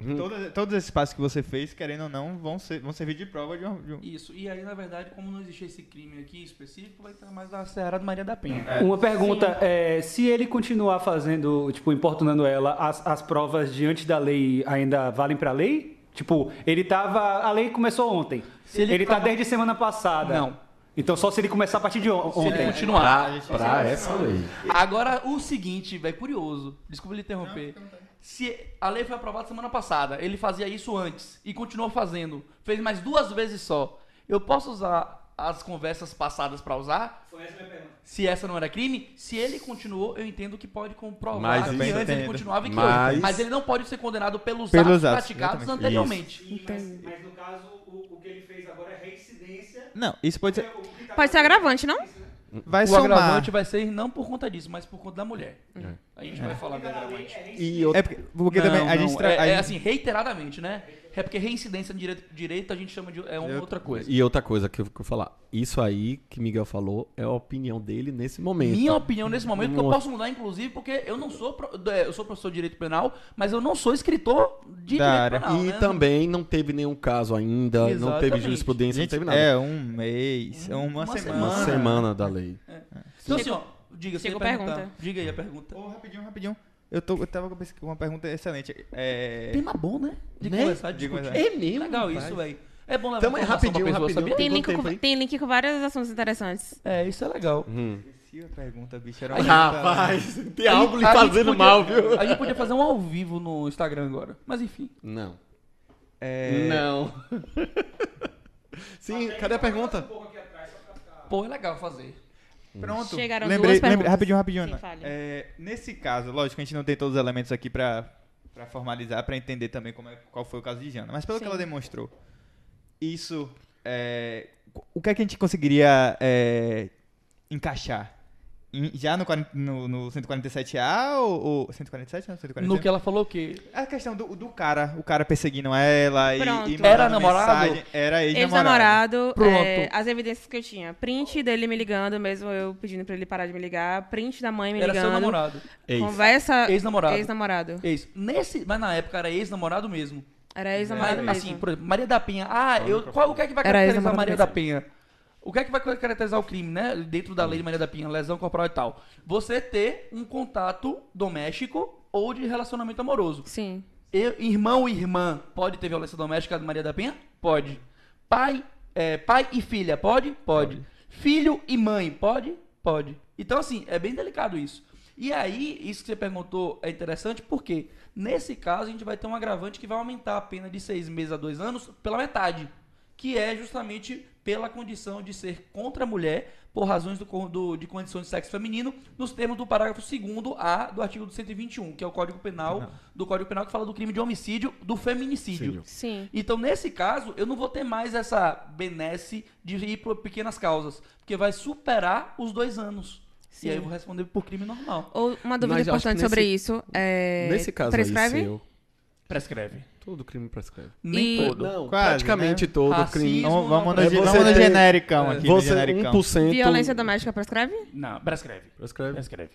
Uhum.
Todas- todos esses passos que você fez, querendo ou não, vão, ser, vão servir de prova de um... de um-
Isso. E aí, na verdade, como não existia esse crime aqui específico, vai entrar mais na Seara do Maria da Penha.
Uma pergunta, é, se ele continuar fazendo, tipo, importunando ela, as, as provas diante da lei ainda valem pra lei? Tipo, ele tava. A lei começou ontem.
Se ele
ele tá
tava-
desde semana passada.
Não.
Então só se ele começar a partir de on-
Se ele
ontem.
continuar.
Pra essa lei.
Agora, o seguinte, velho, curioso. Desculpa lhe interromper. Se a lei foi aprovada semana passada, ele fazia isso antes e continuou fazendo, fez mais duas vezes só. Eu posso usar as conversas passadas pra usar?
Foi essa minha pergunta.
Se essa não era crime, se ele continuou, eu entendo que pode comprovar
Mas
que
isso-
antes ele
entendo.
continuava e que
Mas-
hoje. Mas ele não pode ser condenado pelos, atos
Pelos atos,
praticados
exatamente.
anteriormente.
E, mas,
Entendi.
mas no caso, o, o que ele fez agora é reincidência.
Não, isso pode ser...
O que tá
Então, Pode ser agravante, não?
acontecendo, né?
vai
o
somar.
agravante vai ser não por conta disso, mas por conta da mulher. A gente vai falar do agravante.
E outra.
É porque, porque
Não,
também a
não,
gente, tra-
é,
a
é
gente-
assim, reiteradamente, né? É porque reincidência no direito, direito a gente chama de é uma outra coisa.
E outra coisa que eu vou falar, isso aí que Miguel falou é a opinião dele nesse momento.
Minha opinião nesse momento, que eu
Nossa.
posso mudar, inclusive, porque eu não sou, pro- é, eu sou professor de direito penal, mas eu não sou escritor de
Da
direito
área.
penal.
e
né?
também não teve nenhum caso ainda, não teve
Exatamente.
jurisprudência,
gente,
não teve nada.
é um mês, é uma, semana.
Uma semana da lei.
Então, assim,
Chegou-
ó, diga, você
chegou
ia perguntar.
pergunta.
Diga aí a pergunta.
Ô, rapidinho, rapidinho. Eu, tô, eu tava com uma pergunta excelente. É,
Tema bom, né? De
Né?
conversar, de
Diga
discutir.
mais
É mesmo,
Legal
rapaz.
isso, velho. É bom levar
Então
informação
é
pra
rapidinho,
pessoa,
rapidinho.
sabia?
Tem
Quanto
link,
tempo,
com,
hein?
tem link com vários assuntos interessantes.
É, isso é legal.
esqueci a pergunta, bicho. Era uma pergunta-
Rapaz, tem algo lhe
A gente
fazendo
podia-
mal, viu?
A gente podia fazer um ao vivo no Instagram agora. Mas enfim.
Não.
É,
Não. Sim, cadê a pergunta?
Pô, é legal fazer.
Pronto.
Chegaram
lembrei,
duas
lembrei-
perguntas.
Rapidinho, rapidinho.
Sim,
Ana.
fale.
É, nesse caso, lógico, a gente não tem todos os elementos aqui pra, pra formalizar, pra entender também como é, qual foi o caso de Jana. Mas pelo que
Sim.
ela demonstrou, isso. é, o que é que a gente conseguiria é, encaixar? Em- já no, 40 no, no 147A ou, ou 147? Não, 147?
No que ela falou que
A questão do, do cara, o cara perseguindo ela e, e
Pronto.
mandando
Era namorado?
mensagem. Era ex-namorado.
Ex-namorado,
Pronto.
é, as evidências que eu tinha. Print dele me ligando, mesmo eu pedindo pra ele parar de me ligar. Print da mãe me
era
ligando.
seu namorado.
Conversa.
Ex-namorado.
Ex-namorado.
Ex. É Nesse, mas na época era ex-namorado mesmo.
Era
Mas,
ex-namorado mesmo.
assim, por exemplo, Maria da Penha. Ah, eu, qual, o que é que vai
Era
caracterizar
ex-namorado
Maria da
mesmo.
Penha? O que é que vai caracterizar o crime, né? Dentro da lei de Maria da Penha, lesão corporal e tal. Você ter um contato doméstico ou de relacionamento amoroso.
Sim.
Eu- irmão e irmã pode ter violência doméstica de Maria da Penha? Pode. Pai, é, pai e filha, pode? pode? Filho e mãe, pode? Pode. Então, assim, é bem delicado isso. E aí, isso que você perguntou é interessante porque, nesse caso, a gente vai ter um agravante que vai aumentar a pena de seis meses a dois anos pela metade. Que é justamente pela condição de ser contra a mulher por razões do, con- do- de condições de sexo feminino, nos termos do parágrafo 2 A do artigo 121, que é o Código Penal, do Código Penal que fala do crime de homicídio, do feminicídio.
Sim.
Então, nesse caso, eu não vou ter mais essa benesse de ir para pequenas causas, porque vai superar os dois anos.
Sim.
E aí eu vou responder por crime normal.
Ou uma dúvida
Mas eu acho que
importante
nesse-
sobre isso. É...
Nesse caso
prescreve?
aí, seu,
Prescreve.
todo crime prescreve.
Nem
E-
todo.
Não,
Quase, né?
praticamente todo
Racismo,
crime.
Vamos, vamos no,
É,
ge-
você
vamos no
tem-
genericão aqui. no
Você
genericão.
1%
Violência doméstica prescreve?
Não, prescreve.
prescreve.
Prescreve.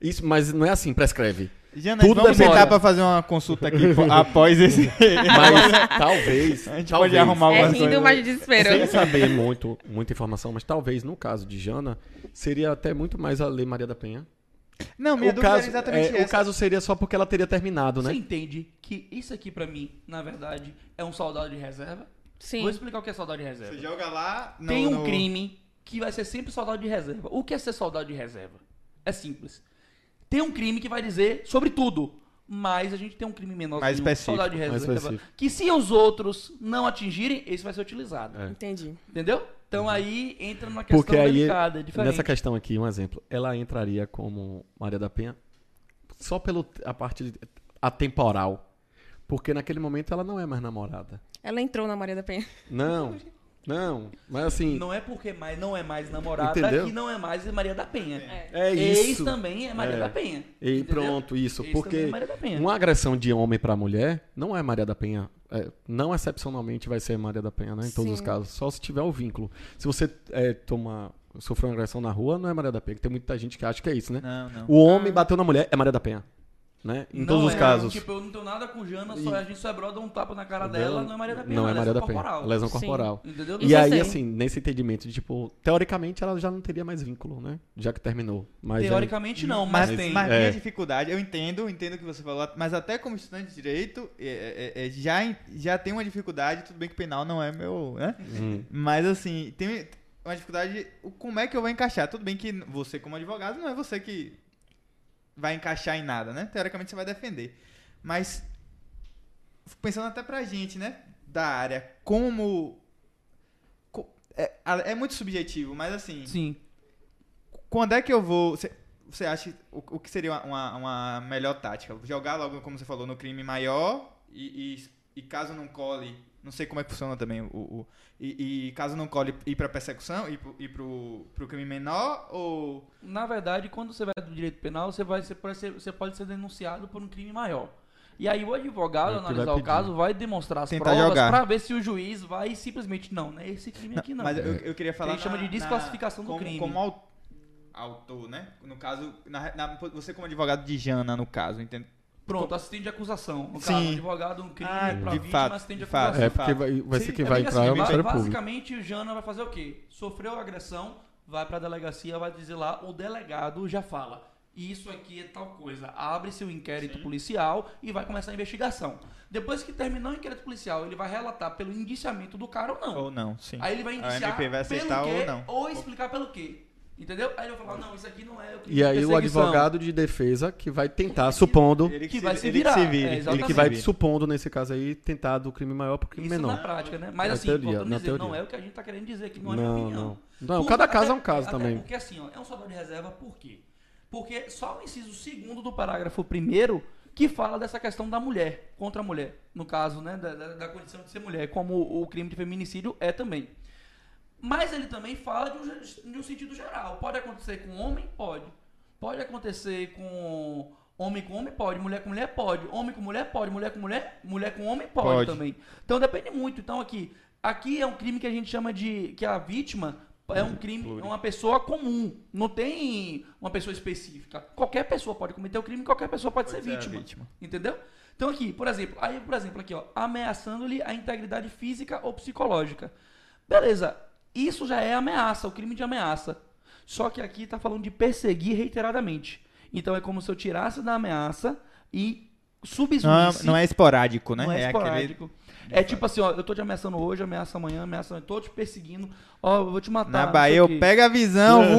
Isso, mas não é assim, prescreve.
Jana,
Tudo
vamos
demora.
sentar pra fazer uma consulta aqui po- após esse.
Mas talvez,
A gente
talvez
pode arrumar
É
assim.
algumas
rindo,
coisas.
mas de desespero.
sem saber muito, muita informação, mas talvez no caso de Jana seria até muito mais a Lei Maria da Penha.
Não, minha
O
dúvida
caso,
era exatamente
é, o
essa.
caso seria só porque ela teria terminado,
Você
né?
entende que isso aqui, pra mim, na verdade, é um soldado de reserva?
Sim.
Vou explicar o que é soldado de reserva.
Você joga lá. no-
tem um
no-
crime que vai ser sempre soldado de reserva. O que é ser soldado de reserva? É simples. Tem um crime que vai dizer sobre tudo, mas a gente tem um crime menor
Mais específico,
soldado de
mais
reserva,
específico.
que se os outros não atingirem, esse vai ser utilizado.
É. Uhum.
Entendi.
Entendeu? Então aí entra numa questão
Porque aí,
delicada, é diferente.
nessa questão aqui, um exemplo, ela entraria como Maria da Penha só pelo a parte de- atemporal. Porque naquele momento ela não é mais namorada.
Ela entrou na Maria da Penha.
Não, não. Mas assim,
Não é porque mais não é mais namorada
Entendeu?
que não é mais Maria da Penha. É,
é
Ex
isso.
também é Maria
É.
da Penha.
E
entendeu?
pronto, isso.
Ex
porque
também é Maria da Penha.
uma agressão de homem pra mulher não é Maria da Penha. é, não excepcionalmente vai ser Maria da Penha, né? Em todos
Sim.
os casos. Só se tiver o vínculo. Se você é, toma, sofreu uma agressão na rua, não é Maria da Penha. que Tem muita gente que acha que é isso, né?
Não, não.
O homem bateu na mulher, é Maria da Penha. Né? Em
Não
todos os
é,
casos.
Tipo, eu não tenho nada com Jana, só, a gente só é brother, dá um tapa na cara dela, não é Maria da Penha.
Não é
lesão
Maria da Penha.
corporal.
Lesão
Sim.
corporal.
Entendeu?
E
E aí,
você?
assim, nesse entendimento de, tipo, teoricamente ela já não teria mais vínculo, né? Já que terminou. Mas é, aí-
Teoricamente não, mas,
Mas,
tem.
mas
É.
minha dificuldade, eu entendo, entendo o que você falou, mas até como estudante de direito, é, é, é, já, en- já tem uma dificuldade, tudo bem que penal não é meu, né?
hum,
Mas assim, tem uma dificuldade, o- como é que eu vou encaixar? Tudo bem que você como advogado não é você que vai encaixar em nada, né? Teoricamente você vai defender. Mas fico pensando até pra gente, né, da área, como co- é, é muito subjetivo, mas assim,
Sim.
quando é que eu vou. cê- Você acha o, o que seria uma, uma- uma melhor tática? Jogar logo, como você falou, no crime maior e, e- e caso não cole, Não sei como é que funciona também o. o- E, e caso não colhe, ir pra persecução, ir, pro, ir pro, pro crime menor ou.
Na verdade, quando você vai do direito penal, você, vai, você, pode ser, você pode ser denunciado por um crime maior. E aí o advogado,
É o
ao
que
analisar
vai
o
pedir.
caso, vai demonstrar as
Tentar
provas
jogar.
pra ver se o juiz vai simplesmente, não, não é esse crime aqui não.
Mas eu, eu queria falar.
Ele chama de desclassificação do
como-
crime.
Como au- autor, né? No caso, na- na- você como advogado de Jana, no caso, entende?
Pronto, assistente de acusação. No caso,
Sim.
advogado, um crime
Ah,
pra
de
vítima,
fato,
assistente de
de fato.
acusação.
É, porque vai, vai ser
Sim,
quem
é
vai
bem
entrar é o
ba-
Ministério Público.
Basicamente, o Jana vai fazer o quê? Sofreu agressão, vai pra delegacia, vai dizer lá, o delegado já fala. Isso aqui é tal coisa. Abre-se o inquérito policial e vai começar a investigação. Depois que terminar o inquérito policial, ele vai relatar pelo indiciamento do cara ou não.
Ou não, sim.
Ah. Aí ele vai indiciar
A MP vai aceitar
pelo
ou
quê,
não.
explicar pelo quê. Entendeu? Aí ele vai falar, não, isso aqui não é o crime
E
de
aí o
perseguição.
advogado de defesa que vai tentar, supondo,
Ele tá
que vai se
ele
virar,
se vire.
é,
ele
exatamente.
que vai supondo nesse caso aí, tentar do crime maior pro crime
Isso na
menor.
prática, né? Mas
Na
assim,
teoria,
voltando
na
a dizer, não
teoria.
é o que a gente tá querendo dizer, que não é minha
Não,
opinião.
não. Não,
Por-
cada caso é
até-
um caso
até
também.
Porque assim, ó, é um soldado de reserva, por quê? Porque só o inciso segundo do parágrafo primeiro que fala dessa questão da mulher, contra a mulher, no caso, né, da, da- da condição de ser mulher, como o crime de feminicídio é também. Mas ele também fala de um, ge- de um sentido geral. Pode acontecer com homem? Pode. Pode acontecer com homem com homem? Pode. Mulher com mulher? Pode. Homem com mulher? Pode. Mulher com mulher? Mulher com homem? Pode,
Pode.
também. Então depende muito. Então aqui, aqui é um crime que a gente chama de que a vítima é um crime, é uma pessoa comum. Não tem uma pessoa específica. Qualquer pessoa pode cometer o crime, qualquer pessoa pode, ser,
ser a
vítima.
é, vítima.
Entendeu? Então aqui, por exemplo, aí por exemplo aqui, ó, ameaçando-lhe a integridade física ou psicológica. Beleza, isso já é ameaça, o crime de ameaça. Só que aqui tá falando de perseguir reiteradamente. Então é como se eu tirasse da ameaça e
Não,
subsumisse.
não é esporádico, né?
Não é,
aquele-
esporádico. É tipo assim, ó, eu tô te ameaçando hoje, ameaça amanhã, ameaça amanhã, tô te perseguindo, ó, eu vou te matar.
Na
não sei o
Bahia, eu
Tá,
quê.
pego a visão,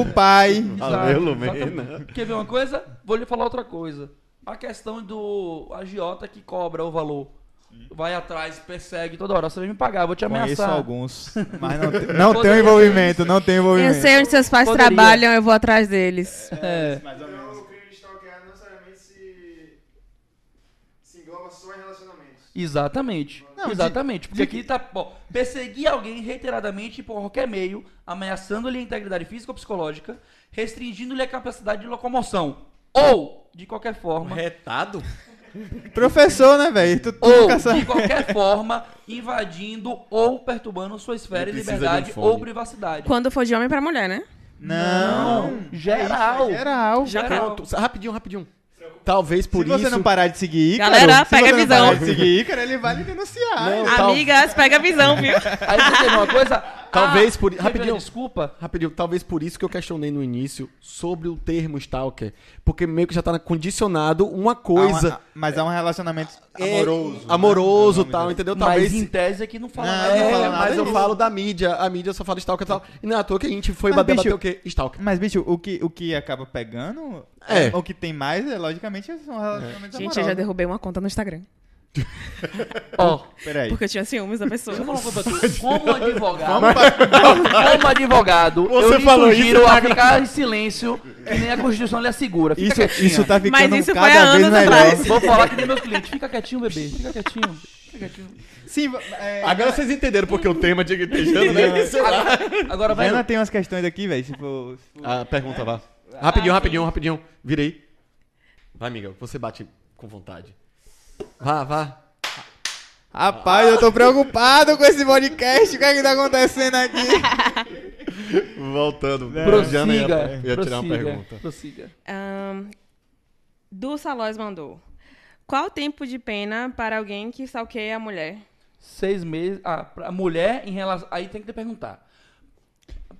o pai.
Exato,
Valeu,
exatamente.
Lumena.
Quer ver uma coisa? Vou lhe falar outra coisa. A questão do agiota que cobra o valor. Vai atrás, persegue toda hora. Você vai me pagar, vou te
Conheço
ameaçar.
alguns, mas não, te- não tenho envolvimento, não tenho
Eu
envolvimento.
sei onde seus pais
Poderia.
trabalham, eu vou atrás deles.
É.
Mais ou menos.
O crime de stalkear não necessariamente se, se engloba só em relacionamentos.
Exatamente.
Não, de-
Exatamente. Porque
de-
aqui tá. Bom, perseguir alguém reiteradamente por qualquer meio, ameaçando-lhe a integridade física ou psicológica, restringindo-lhe a capacidade de locomoção. Ou, de qualquer forma,
é
Retado?
Professor, né, velho? Tu, tu
ou
nunca sabe.
de qualquer forma invadindo ou perturbando sua esfera de
Ele precisa
liberdade
de um fone.
ou privacidade.
Quando for de homem pra mulher, né?
Não.
geral.
Geral.
Geral.
Pronto, rapidinho, rapidinho. Talvez por
se você
isso...
não parar de seguir Ícaro,
Galera,
se
pega
você
a
não
visão.
parar de seguir Ícaro, ele vai lhe denunciar.
Não, tal-
Amigas, pega a visão, viu?
Aí você tem uma coisa. Ah,
Talvez por-
quer ver a
rapidinho.
Desculpa.
Rapidinho, talvez por isso que eu questionei no início sobre o termo stalker. Porque meio que já tá condicionado uma
Há
coisa.
uma- mas há um relacionamento
é,
amoroso. né?
Amoroso tal,
Pelo nome
então.
dele.
entendeu?
mas
Talvez.
em tese aqui não fala
Não,
nada.
É,
não fala nada
mas eu
disso.
falo da mídia. A mídia só fala stalker e tal. E não é à toa que a gente foi
Mas,
bater,
bicho,
bater o quê? Stalker.
Mas, bicho, o que, o que acaba pegando,
É.
o que tem mais, é, logicamente, são relacionamentos
Gente, eu
amorosos.
já derrubei uma conta no Instagram.
Ó.
Peraí.
Porque eu tinha ciúmes da pessoa.
Deixa eu falar uma coisa pra tu. Como advogado, como advogado, eu lhe sugiro a ficar em silêncio, que nem a Constituição lhe assegura. Fica
é-
Isso,
quietinha.
isso tá ficando
Mas isso foi
cada
há
vez
anos
melhor.
atrás.
Vou falar que nem meus clientes. Fica quietinho, bebê. Fica quietinho. Fica quietinho.
Sim, é,
Agora vocês entenderam porque o tema de Guitejano, né? Sei lá.
Agora vai.
Jana tem umas questões aqui, velho. tipo, Se for, se for-
Ah, pergunta, vá. Rapidinho, rapidinho, rapidinho. Virei. Vai, amiga, você bate com vontade. Vá, vá.
Rapaz, eu tô preocupado com esse podcast. O que é que tá acontecendo aqui?
Voltando. Jana ia-
Prossiga.
ia tirar
prossiga,
uma pergunta.
Prossiga.
Ahn, Du Salóis mandou. Qual o tempo de pena para alguém que stalkeia a mulher?
Seis meses. Ah, pra mulher em relação. Aí tem que te perguntar.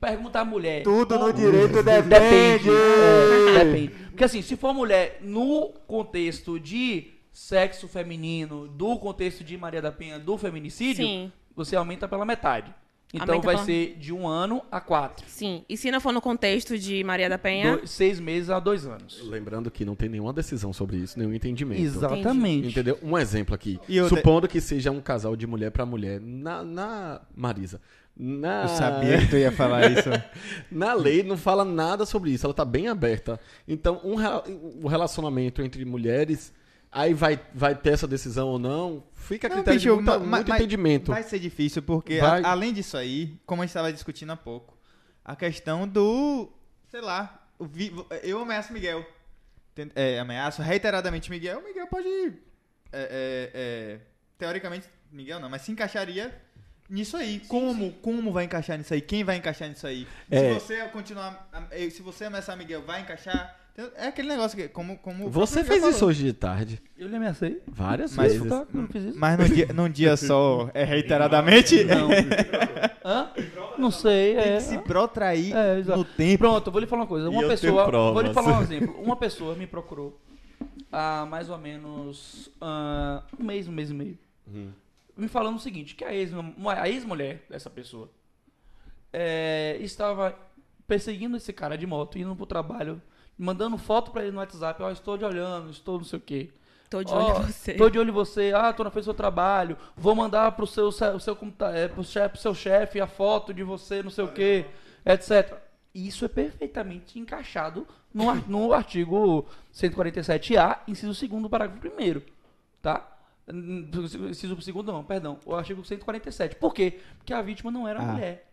Pergunta a mulher.
Tudo no direito
Depende. é, depende. Porque assim, se for mulher no contexto de sexo feminino, do contexto de Maria da Penha, do feminicídio,
Sim.
você aumenta pela metade. Então
Aumenta
vai
pela-
ser de um ano a quatro.
Sim. E se não for no contexto de Maria da Penha?
Dois- seis meses a dois anos.
Lembrando que não tem nenhuma decisão sobre isso, nenhum entendimento.
Exatamente.
Entendeu? Um exemplo aqui.
E eu te-
Supondo que seja um casal de mulher pra mulher. Na, na- Marisa. Na...
Eu sabia que tu ia falar isso.
Na lei não fala nada sobre isso, ela tá bem aberta. Então, um, rela- o relacionamento entre mulheres Aí vai, vai ter essa decisão ou não? Fica a
Não,
é critério
bicho,
de muita-
ma- ma-
muito
mas-
entendimento.
Vai ser difícil, porque
Vai.
a- além disso aí, como a gente estava discutindo há pouco, a questão do. Sei lá, o vi- eu ameaço Miguel. Ten- é, ameaço reiteradamente Miguel, Miguel pode. é, é, é, teoricamente, Miguel não, mas se encaixaria nisso aí. como? Como vai encaixar nisso aí? Quem vai encaixar nisso aí?
É.
Se você continuar. am- eh, Se você ameaçar Miguel, vai encaixar? Então, É aquele negócio que. Como, como o
Você
próprio
fez
Miguel
isso
falou.
hoje de tarde.
Eu lhe ameacei.
Várias
Mas-
vezes.
Tá, não fiz isso.
Mas num dia, num dia só, é reiteradamente?
Não. Hã? Não sei,
Tem
é.
que se protrair
É, exato.
no tempo.
Pronto, eu vou lhe falar uma coisa. Uma
eu
pessoa.
tenho provas.
Vou lhe falar um exemplo. Uma pessoa me procurou há mais ou menos ah, um mês, um mês e meio.
Uhum.
Me falando o seguinte: que a ex- a ex-mulher dessa pessoa é, estava perseguindo esse cara de moto, indo pro trabalho, mandando foto pra ele no WhatsApp: Ó, estou te olhando, estou não sei o quê.
Tô de
Ó,
olho em você.
Tô de olho em você. Ah, tô na frente do seu trabalho. Vou mandar pro seu, o seu, computa- é, pro chefe, pro seu chefe a foto de você, não sei o quê, etc. Isso é perfeitamente encaixado no, ar- no artigo 147A, inciso 2 parágrafo 1 tá? Hum, Inciso 2 não, perdão. O artigo 147. Por quê? Porque a vítima não era
Ah.
mulher.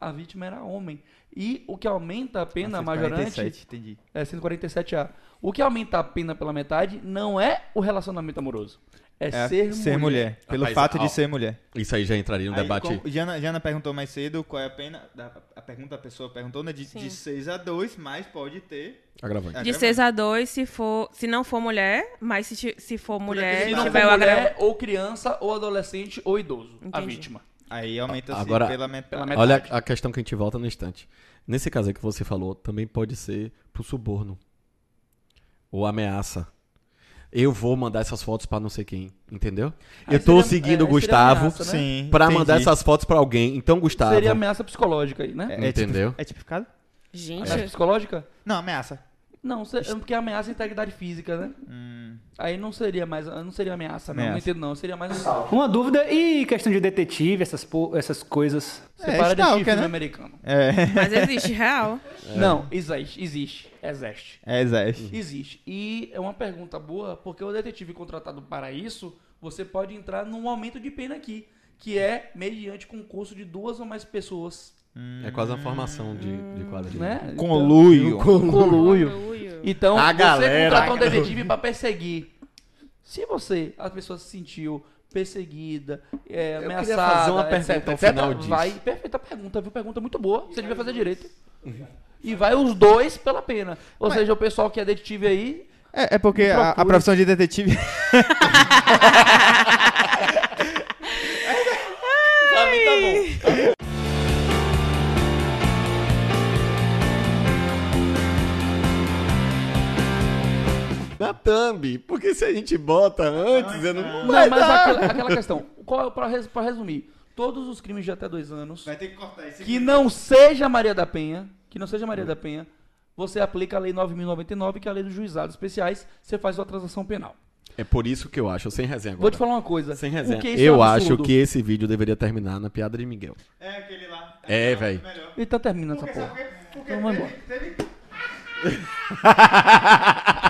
A vítima era homem. E o que aumenta a pena
Nossa,
majorante
47, entendi.
é 147A. O que aumenta a pena pela metade não é o relacionamento amoroso. É,
É
ser, mulher.
Pelo
Rapaz,
fato
ó,
de ser mulher.
Isso aí já entraria no
Aí,
debate.
como Jana, Jana perguntou mais cedo qual é a pena. da- A pergunta a pessoa perguntou, né? De,
Sim.
de 6 a 2, mas pode ter.
Agravante.
É
De 6 a 2, se, for, se não for mulher, mas se, ti- se for mulher,
Se não for
tiver o agravo-
mulher, é. ou criança, ou adolescente, ou idoso. A
Entendi.
vítima.
Aí aumenta-se
Agora-
pela metade.
Pela metade.
Olha a a questão que a gente volta no instante. Nesse caso aí que você falou, também pode ser pro suborno. Ou ameaça. Eu vou mandar essas fotos pra não sei quem, entendeu?
Aí
eu
seria-
tô seguindo o
é, seria
Gustavo
ameaça, né?
Sim.
pra
entendi.
mandar essas fotos pra alguém. Então, Gustavo.
Seria ameaça psicológica aí, né?
ah, É, é tipi-
Entendeu?
É tipificado?
Gente,
Ameaça psicológica?
Não, ameaça.
Não, se- é porque ameaça a integridade física, né?
Hum,
Aí não seria mais, não seria ameaça, não,
Ameaça.
não entendo não, seria mais um
Uma dúvida e questão de detetive, essas, po- essas coisas.
Você
É,
para de
stalker,
assistir filme
né?
americano.
é.
mas existe, real.
Não, existe, existe, existe.
É, Zé.
Existe. E é uma pergunta boa, porque o detetive contratado para isso, você pode entrar num aumento de pena aqui, que é mediante concurso de duas ou mais pessoas,
É quase uma formação de, de quadrilha.
né?
Conluio.
Então, Conluio.
Aleluia.
Então,
A
você
galera-
contratou um detetive para perseguir. Se você, a pessoa se sentiu perseguida, é,
queria
ameaçada,
fazer uma
etc,
pergunta ao
etc,
final disso.
vai, perfeita pergunta, viu? Pergunta muito boa, você devia fazer direito. E vai os dois pela pena. Ou seja, o pessoal que é detetive aí,
É, é porque a, a
Procure.
profissão de detetive.
pra mim tá bom.
Na thumb. Porque se a gente bota antes, eu não.
Não, mas aquela, aquela questão. Qual, pra, res- pra resumir, todos os crimes de até dois anos,
Vai ter que cortar isso
que não seja Maria da Penha, que não seja Maria da Penha, você aplica a Lei 9.099, que é a Lei dos Juizados Especiais, você faz uma transação penal.
É por isso que eu acho, sem resenha agora.
Vou te falar uma coisa. é
Sem
reserva.
resenha. Eu acho que esse vídeo deveria terminar na piada de Miguel.
É aquele lá.
É, velho.
Melhor.
Então termina essa
Porque, é sabe
porra.
por quê? Porque
Então vamos embora.
teve, teve